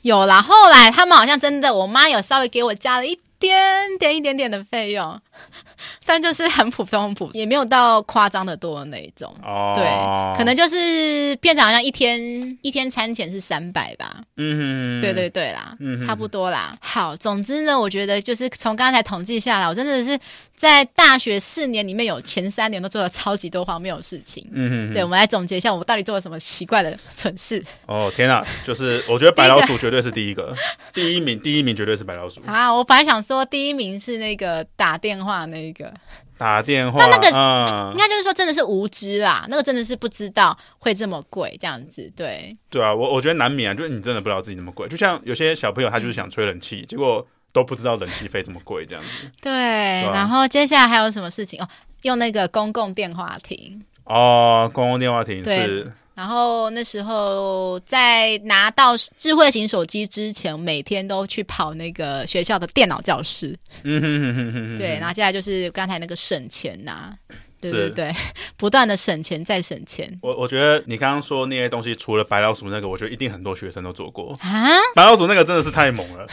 Speaker 3: 有啦，后来他们好像真的，我妈有稍微给我加了一点点、一点点的费用， <laughs> 但就是很普通、很普，也没有到夸张的多的那一种。
Speaker 1: 哦，
Speaker 3: 对，可能就是变成好像一天一天餐钱是三百吧，
Speaker 1: 嗯哼，
Speaker 3: 对对对啦，
Speaker 1: 嗯哼
Speaker 3: 差不多啦。好，总之呢，我觉得就是从刚才统计下来，我真的是在大学四年里面有前三年都做了超级多荒谬的事情。
Speaker 1: 嗯哼，
Speaker 3: 对，我们来总结一下，我到底做了什么奇怪的蠢事。
Speaker 1: 哦天哪，就是我觉得白老鼠绝对是第一个，第一名，第一名绝对是白老鼠。
Speaker 3: 啊，我本来想说第一名是那个打电话那个，
Speaker 1: 嗯打电话，
Speaker 3: 但那个应
Speaker 1: 嗯，
Speaker 3: 该就是说真的是无知啦，那个真的是不知道会这么贵这样子，对，
Speaker 1: 对啊，我我觉得难免啊，就是你真的不知道自己那么贵，就像有些小朋友他就是想吹冷气，结果都不知道冷气费这么贵这样子。
Speaker 3: 对。
Speaker 1: 啊
Speaker 3: 然后接下来还有什么事情哦？用那个公共电话亭。
Speaker 1: 哦，公共电话亭
Speaker 3: 对
Speaker 1: 是
Speaker 3: 然后那时候在拿到智慧型手机之前，每天都去跑那个学校的电脑教室，
Speaker 1: 嗯哼哼哼哼，
Speaker 3: <laughs> 对。然后接下来就是刚才那个省钱呐、对对
Speaker 1: 是
Speaker 3: 对， <laughs> 不断的省钱再省钱
Speaker 1: <laughs> 我我觉得你刚刚说那些东西，除了白老鼠那个，我觉得一定很多学生都做过。
Speaker 3: 啊！
Speaker 1: 白老鼠那个真的是太猛
Speaker 3: <laughs>
Speaker 1: 了，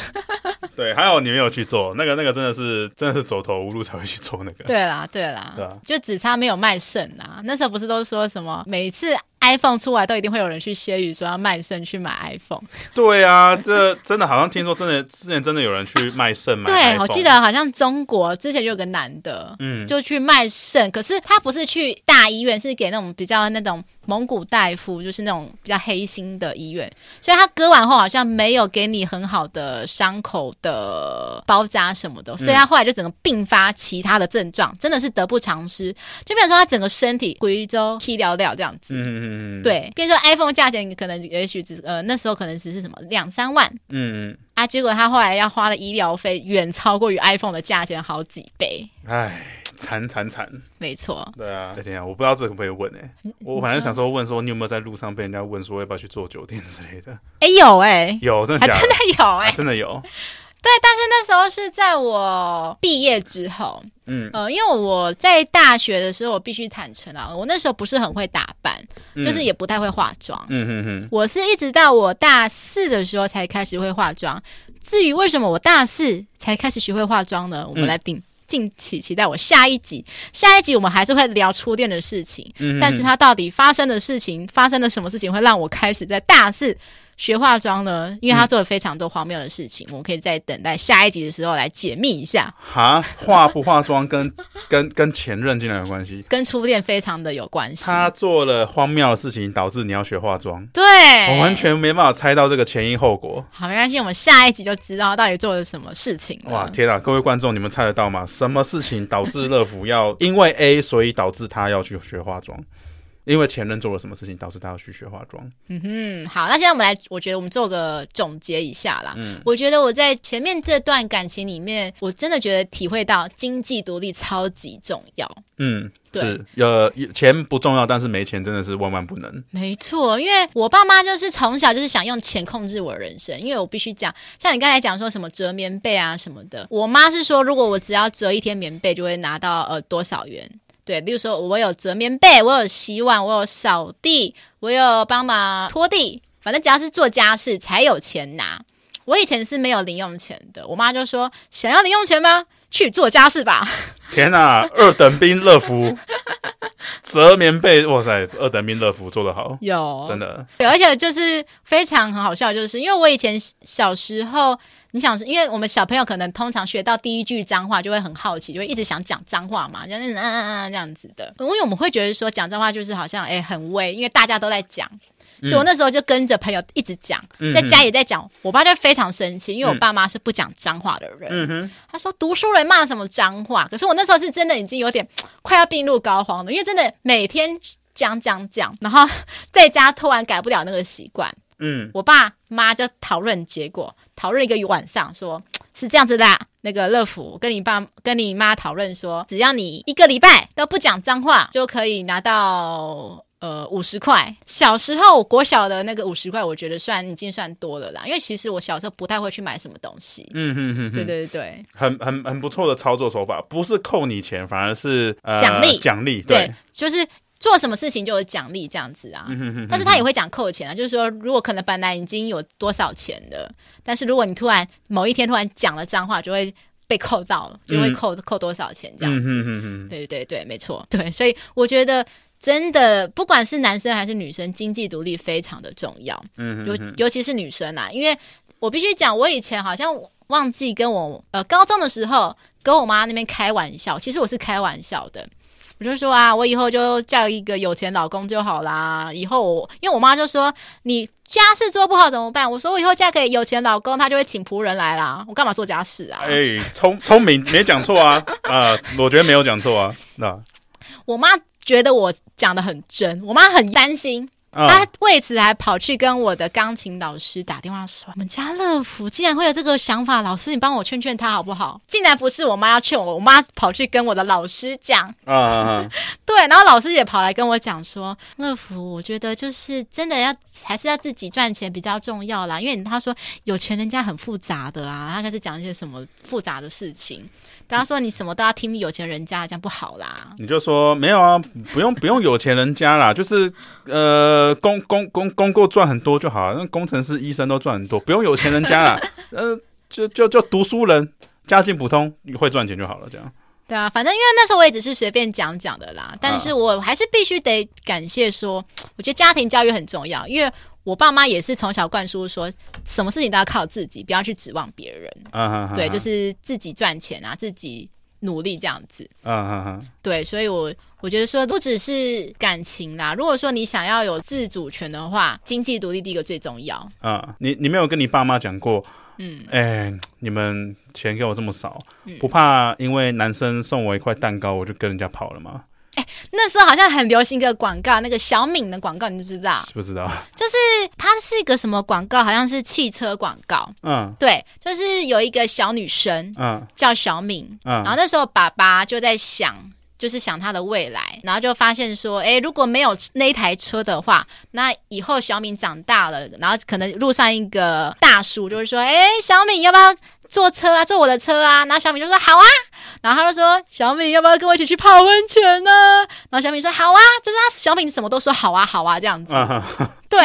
Speaker 1: 对，还好你没有去做那个，那个真的是真的是走投无路才会去做那个。
Speaker 3: 对啦，对啦，
Speaker 1: 对啊
Speaker 3: 就只差没有卖肾啊。那时候不是都说什么，每次 iPhone 出来都一定会有人去揶揄说要卖肾去买 iPhone。
Speaker 1: 对啊，这真的好像听说真的之前真的有人去卖肾买
Speaker 3: 对，我
Speaker 1: iPhone
Speaker 3: 记得好像中国之前就有个男的，
Speaker 1: 嗯
Speaker 3: 就去卖肾，可是他不是去大医院，是给那种比较那种蒙古大夫，就是那种比较黑心的医院，所以他割完后好像没有给你很好的伤口的包扎什么
Speaker 1: 嗯
Speaker 3: 的，所以他后来就整个并发其他的症状，真的是得不偿失，就变成说他整个身体贵州踢掉掉这样子。
Speaker 1: 嗯嗯嗯，嗯，
Speaker 3: 对，变成说 iPhone 价钱可能也许只呃那时候可能只是什么两三万，
Speaker 1: 嗯
Speaker 3: 啊，结果他后来要花的医疗费远超过于 iPhone 的价钱好几倍。
Speaker 1: 嗯，唉，惨惨惨，
Speaker 3: 没错，
Speaker 1: 对啊。等一下，我不知道这个可不可以问哎、我反正想说问说你有没有在路上被人家问说要不要去做酒店之类的，
Speaker 3: 哎、有哎、
Speaker 1: 有真的
Speaker 3: 还
Speaker 1: 假
Speaker 3: 真
Speaker 1: 的？
Speaker 3: 的有哎、
Speaker 1: 啊真的有，
Speaker 3: 那时候是在我毕业之后，
Speaker 1: 嗯，
Speaker 3: 呃，因为我在大学的时候，我必须坦诚啊，我那时候不是很会打扮，
Speaker 1: 嗯
Speaker 3: 就是也不太会化妆。
Speaker 1: 嗯嗯嗯，
Speaker 3: 我是一直到我大四的时候才开始会化妆。至于为什么我大四才开始学会化妆呢？我们
Speaker 1: 嗯
Speaker 3: 来定。敬请期待我下一集，下一集我们还是会聊初恋的事情，
Speaker 1: 嗯
Speaker 3: 但是它到底发生的事情，发生了什么事情，会让我开始在大四学化妆呢？因为他做了非常多荒谬的事情，我们可以在等待下一集的时候来解密一下，
Speaker 1: 哈，化不化妆跟 <laughs> 跟跟前任竟然有关系？
Speaker 3: 跟初恋非常的有关系。
Speaker 1: 他做了荒谬的事情，导致你要学化妆，
Speaker 3: 对，
Speaker 1: 我完全没办法猜到这个前因后果。
Speaker 3: 好，没关系，我们下一集就知道他到底做了什么事情了。
Speaker 1: 哇，天啊！各位观众，你们猜得到吗？什么事情导致乐福要 <laughs> 因为 A，所以导致他要去学化妆？因为前任做了什么事情导致他要去学化妆？
Speaker 3: 嗯，好，那现在我们来，我觉得我们做个总结一下啦。嗯，我觉得我在前面这段感情里面，我真的觉得体会到经济独立超级重要。
Speaker 1: 嗯，
Speaker 3: 对
Speaker 1: 是呃，钱不重要，但是没钱真的是万万不能。
Speaker 3: 没错，因为我爸妈就是从小就是想用钱控制我的人生，因为我必须讲，像你刚才讲说什么折棉被啊什么的，我妈是说，如果我只要折一天棉被，就会拿到呃多少元。对，例如说我有折棉被，我有洗碗，我有扫地，我有帮忙拖地，反正只要是做家事才有钱拿。我以前是没有零用钱的，我妈就说想要零用钱吗？去做家事吧。 <laughs>
Speaker 1: 天啊，二等兵乐福折棉被，哇塞，二等兵乐福做得好，
Speaker 3: 有
Speaker 1: 真的。
Speaker 3: 对，而且就是非常很好笑，就是因为我以前小时候，你想，因为我们小朋友可能通常学到第一句脏话就会很好奇，就会一直想讲脏话嘛，像嗯嗯嗯嗯这样子的。因为我们会觉得说讲脏话就是好像哎、很威，因为大家都在讲。所以我那时候就跟着朋友一直讲，在家也在讲，我爸就非常生气，因为我爸妈是不讲脏话的
Speaker 1: 嗯
Speaker 3: 人。他说读书人骂什么脏话？可是我那时候是真的已经有点快要病入膏肓了，因为真的每天讲讲讲，然后在家突然改不了那个习惯，
Speaker 1: 嗯
Speaker 3: 我爸妈就讨论结果，讨论一个晚上说，是这样子的啊，那个乐福跟你爸跟你妈讨论说，只要你一个礼拜都不讲脏话，就可以拿到。呃，五十块。小时候，我国小的那个五十块，我觉得算已经算多了啦。因为其实我小时候不太会去买什么东西。
Speaker 1: 嗯哼哼
Speaker 3: 对
Speaker 1: 哼，
Speaker 3: 对对
Speaker 1: 很很很不错的操作手法，不是扣你钱，反而是呃
Speaker 3: 奖励
Speaker 1: 奖励，
Speaker 3: 对对，就是做什么事情就有奖励这样子啊。
Speaker 1: 嗯哼哼，
Speaker 3: 但是他也会讲扣钱啊，就是说，如果可能本来已经有多少钱的，但是如果你突然某一天突然讲了脏话，就会被扣到，就会扣、扣多少钱这样
Speaker 1: 嗯哼
Speaker 3: 子。
Speaker 1: 哼哼，
Speaker 3: 对对对，没错，对，所以我觉得真的，不管是男生还是女生，经济独立非常的重要，
Speaker 1: 嗯
Speaker 3: 尤
Speaker 1: 哼哼，
Speaker 3: 尤其是女生啊，因为我必须讲，我以前好像忘记跟我呃高中的时候跟我妈那边开玩笑，其实我是开玩笑的。我就说啊，我以后就叫一个有钱老公就好啦。以后我，因为我妈就说你家事做不好怎么办？我说我以后嫁给有钱老公，他就会请仆人来啦。我干嘛做家事啊？
Speaker 1: 哎，聪聪明，没讲错啊， <laughs> 啊，我觉得没有讲错啊，那
Speaker 3: 我妈觉得我讲的很真，我妈很担心，
Speaker 1: 啊
Speaker 3: 她，为此还跑去跟我的钢琴老师打电话说：“我们家乐福竟然会有这个想法，老师你帮我劝劝他好不好？”竟然不是我妈要劝我，我妈跑去跟我的老师讲，
Speaker 1: 啊啊，
Speaker 3: 对，然后老师也跑来跟我讲说：“乐福，我觉得就是真的要还是要自己赚钱比较重要啦，因为他说有钱人家很复杂的啊，他开始讲一些什么复杂的事情，跟他说你什么都要听有钱人家，这样不好啦。”
Speaker 1: 你就说没有啊，不用不用有钱人家啦， <laughs> 就是呃工工工工够赚很多就好啊，那工程师、医生都赚很多，不用有钱人家啦， <laughs> 呃，就就就读书人，家境普通，会赚钱就好了，这样。
Speaker 3: 对啊，反正因为那时候我也只是随便讲讲的啦，但是我还是必须得感谢说，我觉得家庭教育很重要，因为我爸妈也是从小灌输说，什么事情都要靠自己，不要去指望别人，
Speaker 1: 啊哈哈，
Speaker 3: 对，就是自己赚钱啊，自己努力这样子，
Speaker 1: 啊哈哈，
Speaker 3: 对，所以我我觉得说不只是感情啦，如果说你想要有自主权的话，经济独立第一个最重要，
Speaker 1: 啊，你你没有跟你爸妈讲过，
Speaker 3: 嗯，
Speaker 1: 哎、你们钱给我这么少，
Speaker 3: 嗯
Speaker 1: 不怕因为男生送我一块蛋糕，我就跟人家跑了吗？
Speaker 3: 那时候好像很流行一个广告，那个小敏的广告，你知不知道？
Speaker 1: 不知道，
Speaker 3: 就是它是一个什么广告，好像是汽车广告。
Speaker 1: 嗯
Speaker 3: 对，就是有一个小女生
Speaker 1: 嗯
Speaker 3: 叫小敏，然后
Speaker 1: 嗯
Speaker 3: 那时候爸爸就在想，就是想她的未来，然后就发现说，诶，如果没有那一台车的话，那以后小敏长大了，然后可能路上一个大叔就会说，诶，小敏要不要？坐车啊，坐我的车啊，然后小敏就说好啊，然后他就说小敏要不要跟我一起去泡温泉呢、然后小敏说好啊，就是他小敏什么都说好啊好啊这样子，
Speaker 1: 嗯哼，
Speaker 3: <laughs> 对，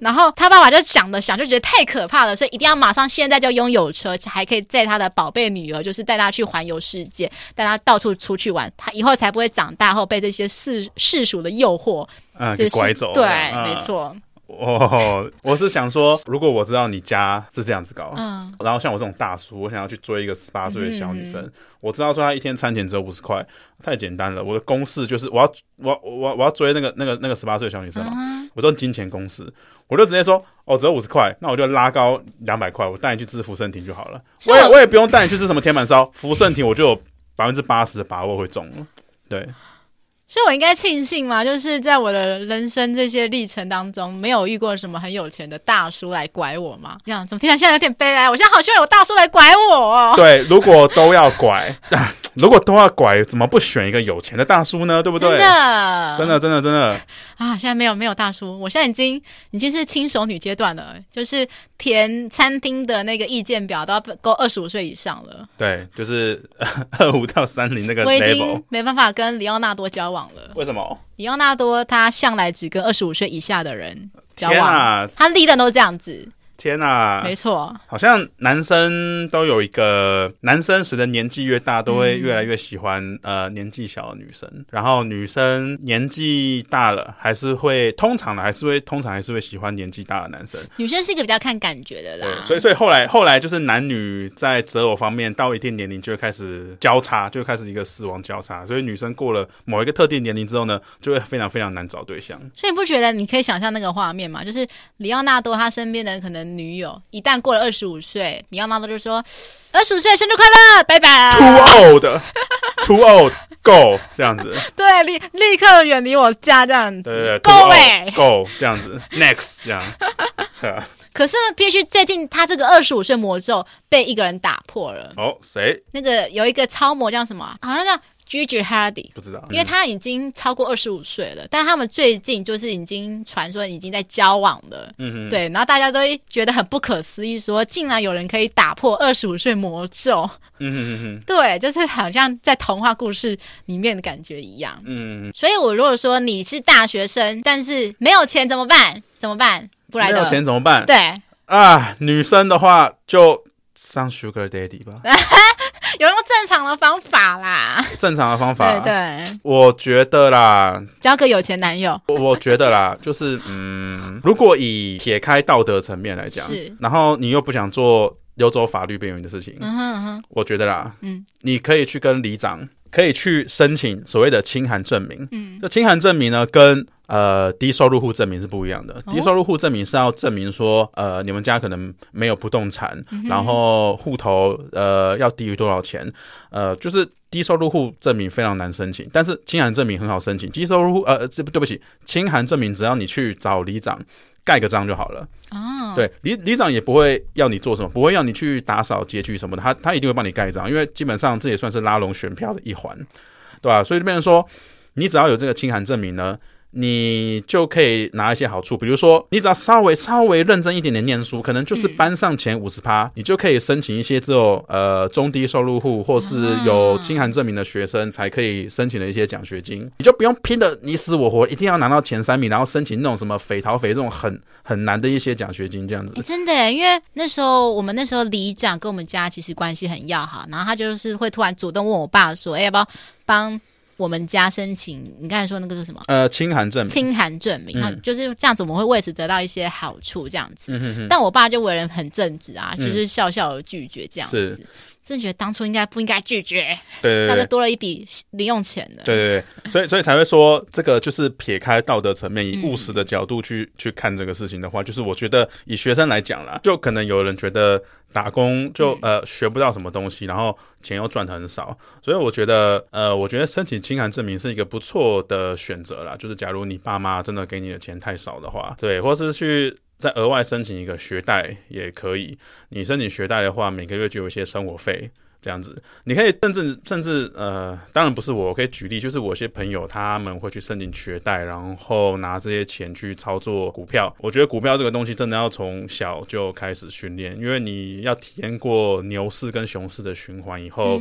Speaker 3: 然后他爸爸就想了想，就觉得太可怕了，所以一定要马上现在就拥有车，还可以载他的宝贝女儿，就是带她去环游世界，带她到处出去玩，他以后才不会长大后被这些世世俗的诱惑
Speaker 1: 嗯，
Speaker 3: 啊就
Speaker 1: 给
Speaker 3: 是
Speaker 1: 拐走了，
Speaker 3: 对，
Speaker 1: 嗯
Speaker 3: 没。错，
Speaker 1: 哦，我是想说，如果我知道你家是这样子搞，
Speaker 3: 嗯，
Speaker 1: 然后像我这种大叔，我想要去追一个十八岁的小女生，我知道说她一天餐钱只有五十块，太简单了。我的公式就是我要我要我要我要追那个那个那个十八岁的小女生嘛，我用金钱公式，我就直接说哦，只有五十块，那我就拉高两百块，我带你去吃福盛亭就好了。
Speaker 3: 是
Speaker 1: 我也
Speaker 3: 我
Speaker 1: 我也不用带你去吃什么铁板烧，福盛亭我就有百分之八十的把握会中了。对，
Speaker 3: 所以我应该庆幸嘛，就是在我的人生这些历程当中，没有遇过什么很有钱的大叔来拐我嘛。这样怎么听起来现在有点悲哀？我现在好希望有大叔来拐我哦。
Speaker 1: 对，如果都要拐， <laughs> 如果都要拐，怎么不选一个有钱的大叔呢？对不对？
Speaker 3: 真的，
Speaker 1: 真的，真的，真的，
Speaker 3: 啊，现在没有没有大叔，我现在已经已经是轻熟女阶段了，就是填餐厅的那个意见表都要够二十五岁以上了，
Speaker 1: 对，就是 <laughs> 二五到三零那个
Speaker 3: 我已
Speaker 1: level
Speaker 3: 经。没办法跟里奥纳多交往了。
Speaker 1: 为什么？
Speaker 3: 里奥纳多他向来只跟二十五岁以下的人交
Speaker 1: 天
Speaker 3: 往，
Speaker 1: 啊，
Speaker 3: 他历任都是这样子，
Speaker 1: 天啊
Speaker 3: 没！错，
Speaker 1: 好像男生都有一个，男生随着年纪越大，都
Speaker 3: 嗯
Speaker 1: 会越来越喜欢、呃年纪小的女生，然后女生年纪大了，还是会通常的，还是会通常还是会喜欢年纪大的男生。
Speaker 3: 女生是一个比较看感觉的啦
Speaker 1: 对，，所以所以后来后来就是男女在择偶方面到一定年龄就会开始交叉，就会开始一个死亡交叉。所以女生过了某一个特定年龄之后呢，就会非常非常难找对象。
Speaker 3: 所以你不觉得你可以想象那个画面吗？就是里奥纳多他身边的可能女友，一旦过了二十五岁，里奥纳多就说：“二十五岁生日快乐，拜拜。”
Speaker 1: <laughs> Too old, <laughs> too old，够这样子，
Speaker 3: 对，立立刻远离我家这样
Speaker 1: 对对对，
Speaker 3: 子，够
Speaker 1: 哎
Speaker 3: 哎，。
Speaker 1: 够这样子，next 这样，对啊
Speaker 3: 可是呢，必须最近他这个二十五岁魔咒被一个人打破了，
Speaker 1: 哦，谁
Speaker 3: 那个有一个超模叫什么啊，好像叫 Gigi Hadid。
Speaker 1: 不知道？
Speaker 3: 因为他已经超过二十五岁了，但他们最近就是已经传说已经在交往了，
Speaker 1: 嗯哼，
Speaker 3: 对，然后大家都会觉得很不可思议说竟然有人可以打破二十五岁魔咒，
Speaker 1: 嗯哼嗯哼
Speaker 3: 对，就是好像在童话故事里面的感觉一样。
Speaker 1: 嗯，
Speaker 3: 所以我如果说你是大学生，但是没有钱怎么办？怎么办？布莱
Speaker 1: 没
Speaker 3: 德
Speaker 1: 有，钱怎么办？
Speaker 3: 对，
Speaker 1: 啊，女生的话就上 Sugar Daddy 吧，
Speaker 3: 啊有用正常的方法啦，
Speaker 1: 正常的方法。
Speaker 3: 对对，
Speaker 1: 我觉得啦，
Speaker 3: 交个有钱男友，
Speaker 1: 我我觉得啦，就是嗯，如果以撇开道德层面来讲
Speaker 3: 是，
Speaker 1: 然后你又不想做游走法律边缘的事情，
Speaker 3: 嗯哼嗯哼，
Speaker 1: 我觉得啦，
Speaker 3: 嗯，
Speaker 1: 你可以去跟里长，可以去申请所谓的清寒证明。
Speaker 3: 嗯，
Speaker 1: 这清寒证明呢，跟呃低收入户证明是不一样的。
Speaker 3: 哦
Speaker 1: 低收入户证明是要证明说，呃，你们家可能没有不动产，
Speaker 3: 嗯
Speaker 1: 然后户头呃要低于多少钱，呃，就是。低收入户证明非常难申请，但是清寒证明很好申请。低收入户，呃，这对不起，清寒证明只要你去找里长盖个章就好了。
Speaker 3: 哦，
Speaker 1: 对，里里长也不会要你做什么，不会要你去打扫街区什么的，他他一定会帮你盖章，因为基本上这也算是拉拢选票的一环，对吧、所以这边说，你只要有这个清函证明呢，你就可以拿一些好处，比如说你只要稍微稍微认真一点点念书，可能就是班上前五十趴，你就可以申请一些只有呃中低收入户或是有清函证明的学生才可以申请的一些奖学金，你就不用拼的你死我活，一定要拿到前三名，然后申请那种什么匪逃匪这种很很难的一些奖学金这样子
Speaker 3: 诶。哎真的耶，因为那时候我们那时候里长跟我们家其实关系很要好，然后他就是会突然主动问我爸说：“哎、要不要帮我们家申请？你刚才说那个是什么？
Speaker 1: 呃，清函证明，
Speaker 3: 清函证明。
Speaker 1: 嗯
Speaker 3: 那就是这样子，我们会为此得到一些好处，这样子。
Speaker 1: 嗯哼哼，
Speaker 3: 但我爸就为人很正直啊，
Speaker 1: 嗯
Speaker 3: 就是笑笑的拒绝这样子。真的觉得当初应该不应该拒绝，
Speaker 1: 对对
Speaker 3: 那
Speaker 1: 对
Speaker 3: 就。多了一笔零用钱了。
Speaker 1: 对对对，所以所以才会说，这个就是撇开道德层面，以务实的角度去、去看这个事情的话，就是我觉得以学生来讲啦，就可能有人觉得打工就、呃学不到什么东西，然后钱又赚得很少，所以我觉得呃，我觉得申请清函证明是一个不错的选择啦。就是假如你爸妈真的给你的钱太少的话，对，或是去。再额外申请一个学贷也可以，你申请学贷的话，每个月就有一些生活费这样子，你可以甚至甚至呃，当然不是我，我可以举例，就是我一些朋友他们会去申请学贷，然后拿这些钱去操作股票。我觉得股票这个东西真的要从小就开始训练，因为你要体验过牛市跟熊市的循环以后。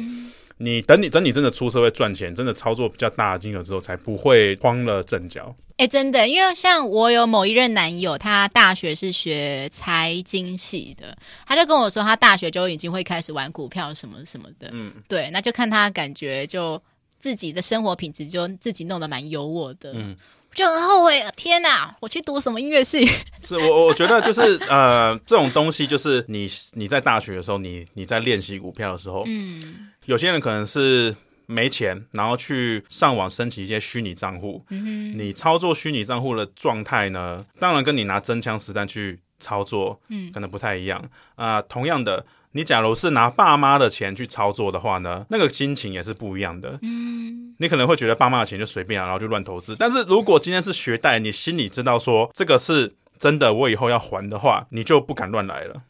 Speaker 1: 你等你等你真的出社会赚钱，真的操作比较大的金额之后，才不会慌了阵脚。
Speaker 3: 哎、真的，因为像我有某一任男友，他大学是学财经系的，他就跟我说，他大学就已经会开始玩股票什么什么的。
Speaker 1: 嗯，
Speaker 3: 对，那就看他感觉就自己的生活品质就自己弄得蛮优渥的。
Speaker 1: 嗯
Speaker 3: 就很后悔，天哪！我去读什么音乐系？
Speaker 1: 是我我觉得就是呃，这种东西就是你你在大学的时候，你你在练习股票的时候，
Speaker 3: 嗯，
Speaker 1: 有些人可能是没钱，然后去上网申请一些虚拟账户。
Speaker 3: 嗯
Speaker 1: 你操作虚拟账户的状态呢，当然跟你拿真枪实弹去操作，
Speaker 3: 嗯
Speaker 1: 可能不太一样啊、同样的，你假如是拿爸妈的钱去操作的话呢，那个心情也是不一样的。
Speaker 3: 嗯，
Speaker 1: 你可能会觉得爸妈的钱就随便啊，然后就乱投资。但是如果今天是学贷，你心里知道说这个是真的，我以后要还的话，你就不敢乱来了。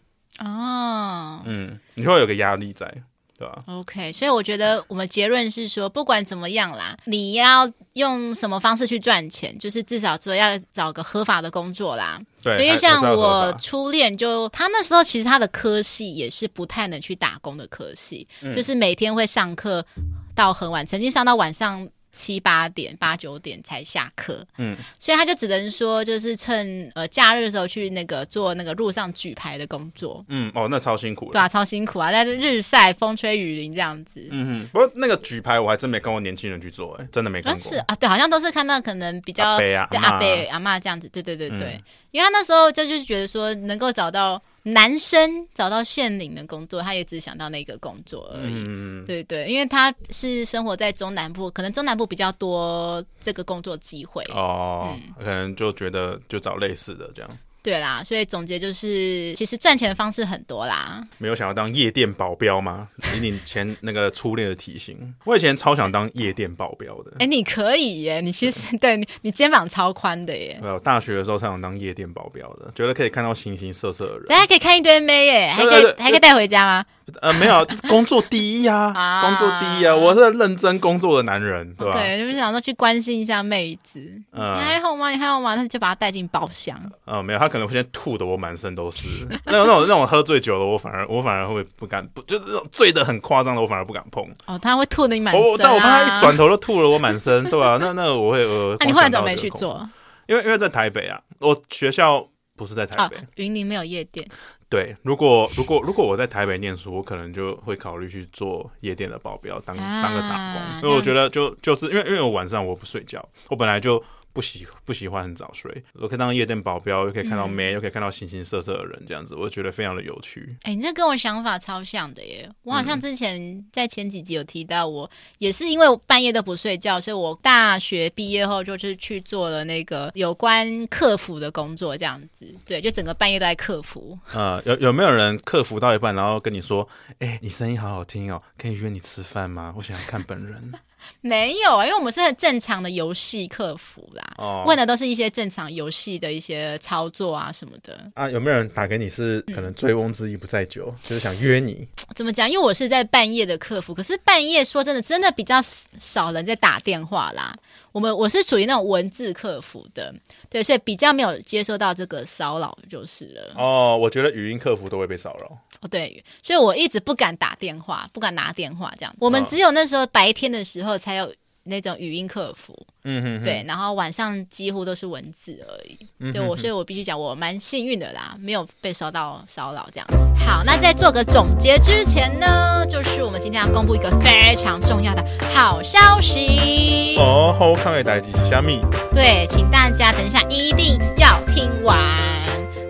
Speaker 3: 哦
Speaker 1: 嗯，你会有个压力在，对吧、
Speaker 3: ，OK。所以我觉得我们结论是说，不管怎么样啦，你要用什么方式去赚钱，就是至少说要找个合法的工作啦。
Speaker 1: 对，
Speaker 3: 因
Speaker 1: 还
Speaker 3: 为像
Speaker 1: 还是要合
Speaker 3: 我
Speaker 1: 法
Speaker 3: 初恋就他那时候其实他的科系也是不太能去打工的科系，就是每天会上课到很晚，曾经上到晚上。七八点、八九点才下课，
Speaker 1: 嗯，
Speaker 3: 所以他就只能说，就是趁呃假日的时候去那个做那个路上举牌的工作，
Speaker 1: 嗯，哦，那超辛苦了。
Speaker 3: 对啊，超辛苦啊，但是日晒、风吹雨淋这样子，
Speaker 1: 嗯哼，不过那个举牌我还真没看过年轻人去做、哎，真的没看
Speaker 3: 但
Speaker 1: 过。
Speaker 3: 是啊，对，好像都是看到可能比较
Speaker 1: 阿伯啊
Speaker 3: 对
Speaker 1: 阿嬷啊
Speaker 3: 阿伯阿妈这样子，对对对对，
Speaker 1: 嗯
Speaker 3: 因为他那时候就就是觉得说能够找到男生找到县领的工作，他也只想到那个工作而已。
Speaker 1: 嗯，
Speaker 3: 对对，因为他是生活在中南部，可能中南部比较多这个工作机会。
Speaker 1: 哦
Speaker 3: 嗯
Speaker 1: 哦，可能就觉得就找类似的这样。
Speaker 3: 对啦，所以总结就是，其实赚钱的方式很多啦。
Speaker 1: 没有想要当夜店保镖
Speaker 3: <laughs>
Speaker 1: 吗？以你前那个初恋的体型，我以前超想当夜店保镖的。
Speaker 3: 哎、你可以耶，你其实 <laughs> 对你你肩膀超宽的耶，
Speaker 1: 对啊，我大学的时候超想当夜店保镖的，觉得可以看到形形色色的
Speaker 3: <laughs>
Speaker 1: 人。
Speaker 3: 大家可以看一堆妹耶，还可
Speaker 1: 对对
Speaker 3: 以
Speaker 1: 对
Speaker 3: 还可以带回家吗？
Speaker 1: 呃，没有，这是工作第一
Speaker 3: <laughs> 啊
Speaker 1: 啊，工作第一啊，我是认真工作的男人，对吧？
Speaker 3: 对，就是想说去关心一下妹子，你
Speaker 1: 嗯
Speaker 3: 还好吗？你还好吗？那就把她带进包厢。
Speaker 1: 嗯，没有，他可能会先吐的我满身都是。 <laughs> 那种那种那种喝醉酒的，我反而我反而会不敢，不就是那种醉的很夸张的，我反而不敢碰。
Speaker 3: 哦，她会吐的你满身、啊
Speaker 1: 我但我怕他一转，头就吐了我满身，对吧、那那我会呃，
Speaker 3: 啊那、你后来怎么没去做？？
Speaker 1: 因为因为在台北啊，我学校不是在台
Speaker 3: 啊
Speaker 1: 北。，
Speaker 3: 云林没有夜店，
Speaker 1: 对，如果如果如果我在台北念书，我可能就会考虑去做夜店的保镖，当
Speaker 3: 啊
Speaker 1: 当个打工，因
Speaker 3: 这
Speaker 1: 为
Speaker 3: 样
Speaker 1: 我觉得就就是因为因为我晚上我不睡觉，我本来就。不喜不喜欢很早睡，我可以当夜店保镖，又可以
Speaker 3: 嗯
Speaker 1: 看到妹，又可以看到形形色色的人，这样子，我觉得非常的有趣。
Speaker 3: 哎、你这跟我想法超像的耶！我好像之前在前几集有提到我，也是因为我半夜都不睡觉，所以我大学毕业后就是去做了那个有关客服的工作，这样子。对，就整个半夜都在客服。
Speaker 1: 呃，有有没有人客服到一半，然后跟你说，哎、你声音好好听哦，可以约你吃饭吗？我想要看本人。
Speaker 3: 没有啊，因为我们是很正常的游戏客服啦，
Speaker 1: 哦
Speaker 3: 问的都是一些正常游戏的一些操作啊什么的。
Speaker 4: 啊，有没有人打给你是可
Speaker 3: 嗯
Speaker 4: 能醉翁之意不在酒，就是想约你？
Speaker 3: 怎么讲？因为我是在半夜的客服，可是半夜说真的，真的比较少人在打电话啦。我们我是属于那种文字客服的，对，所以比较没有接受到这个骚扰就是了。
Speaker 1: 哦，我觉得语音客服都会被骚扰。
Speaker 3: 哦，对，所以我一直不敢打电话，不敢拿电话这样。我们只有那时候白天的时候才有那种语音客服，
Speaker 1: 嗯哼哼，
Speaker 3: 对，然后晚上几乎都是文字而已。
Speaker 1: 嗯
Speaker 3: 对我，所以我必须讲，我蛮幸运的啦，没有被骚到骚扰这样子。好，那在做个总结之前呢，就是我们今天要公布一个非常重要的好消息。
Speaker 1: 哦，后看给代志是虾米？
Speaker 3: 对，请大家等一下一定要听完。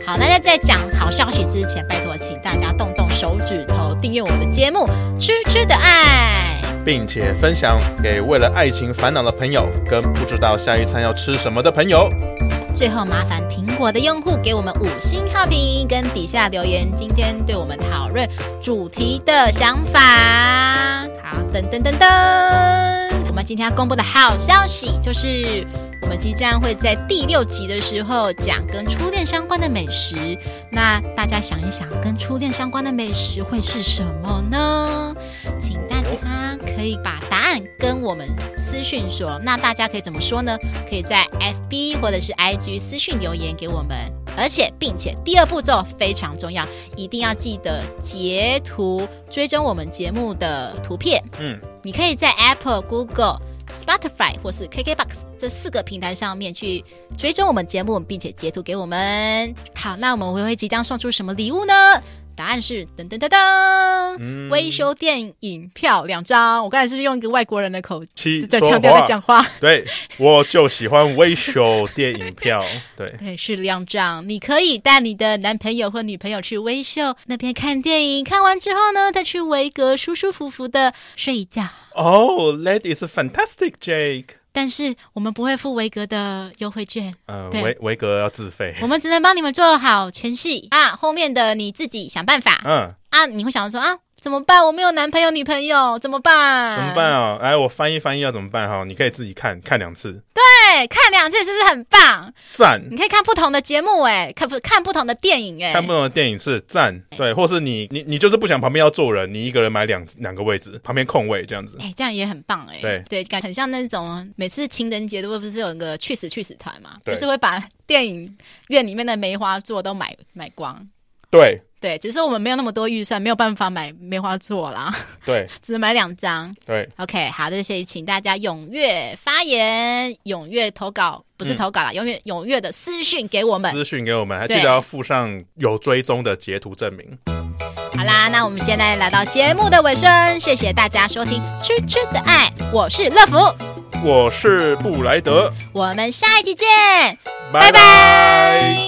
Speaker 3: 好，那在在讲好消息之前，拜托请大家动动手指头订阅我的节目《吃吃的爱》。
Speaker 1: 并且分享给为了爱情烦恼的朋友，跟不知道下一餐要吃什么的朋友。
Speaker 3: 最后，麻烦苹果的用户给我们五星好评，跟底下留言今天对我们讨论主题的想法。好，噔噔噔噔，我们今天要公布的好消息就是，我们即将会在第六集的时候讲跟初恋相关的美食。那大家想一想，跟初恋相关的美食会是什么呢？请大家可以把答案跟我们私讯说。那大家可以怎么说呢？可以在 FB 或者是 IG 私讯留言给我们。而且，并且第二步骤非常重要，一定要记得截图追踪我们节目的图片。
Speaker 1: 嗯，
Speaker 3: 你可以在 Apple、Google、Spotify 或是 KKBox 这四个平台上面去追踪我们节目，并且截图给我们。好，那我们会即将送出什么礼物呢？答案是噔噔噔噔。
Speaker 1: 嗯
Speaker 3: 微修电影票两张，我刚才是不是用一个外国人的口
Speaker 1: 七
Speaker 3: 在
Speaker 1: 说
Speaker 3: 腔调在
Speaker 1: 话，
Speaker 3: 讲话？
Speaker 1: <laughs> 对，我就喜欢微秀电影票， <laughs> 对。
Speaker 3: 对，是两张。你可以带你的男朋友或女朋友去微秀那边看电影，看完之后呢，再去维格舒舒服服的睡一觉。
Speaker 1: 哦、t h a t is fantastic, Jake。
Speaker 3: 但是我们不会付维格的优惠券，
Speaker 1: 呃，
Speaker 3: 对
Speaker 1: 维维格要自 <laughs> 费。
Speaker 3: 我们只能帮你们做好前戏啊，后面的你自己想办法
Speaker 1: 嗯，
Speaker 3: 啊。你会想说啊，怎么办？我没有男朋友女朋友，怎么办？
Speaker 1: 怎么办？啊？来，我翻译翻译要怎么办哈？你可以自己看看两次，
Speaker 3: 对，看两次是不是很棒？
Speaker 1: 赞。
Speaker 3: 你可以看不同的节目，哎，看不看不同的电影，哎，
Speaker 1: 看不懂的电影是赞，对，或是你你你就是不想旁边要坐人，你一个人买两两个位置，旁边空位这样子。
Speaker 3: 哎、这样也很棒哎、
Speaker 1: 对
Speaker 3: 感很像那种每次情人节都不是有一个去死去死团嘛，就
Speaker 1: 对
Speaker 3: 是会把电影院里面的梅花座都买买光。
Speaker 1: 对
Speaker 3: 对，只是我们没有那么多预算，没有办法买梅花座啦， <laughs>
Speaker 1: 对
Speaker 3: 只能买两张。
Speaker 1: 对，
Speaker 3: OK，好，这些请大家踊跃发言，踊跃投稿，不是
Speaker 1: 嗯
Speaker 3: 投稿啦，踊跃踊跃的私讯给我们。
Speaker 1: 私讯给我们，还记
Speaker 3: 对
Speaker 1: 得要附上有追踪的截图证明。
Speaker 3: 好啦，那我们现在来到节目的尾声，谢谢大家收听《吃吃的爱》，我是乐福，
Speaker 1: 我是布莱德，
Speaker 3: 我们下一集见，
Speaker 1: 拜
Speaker 3: 拜拜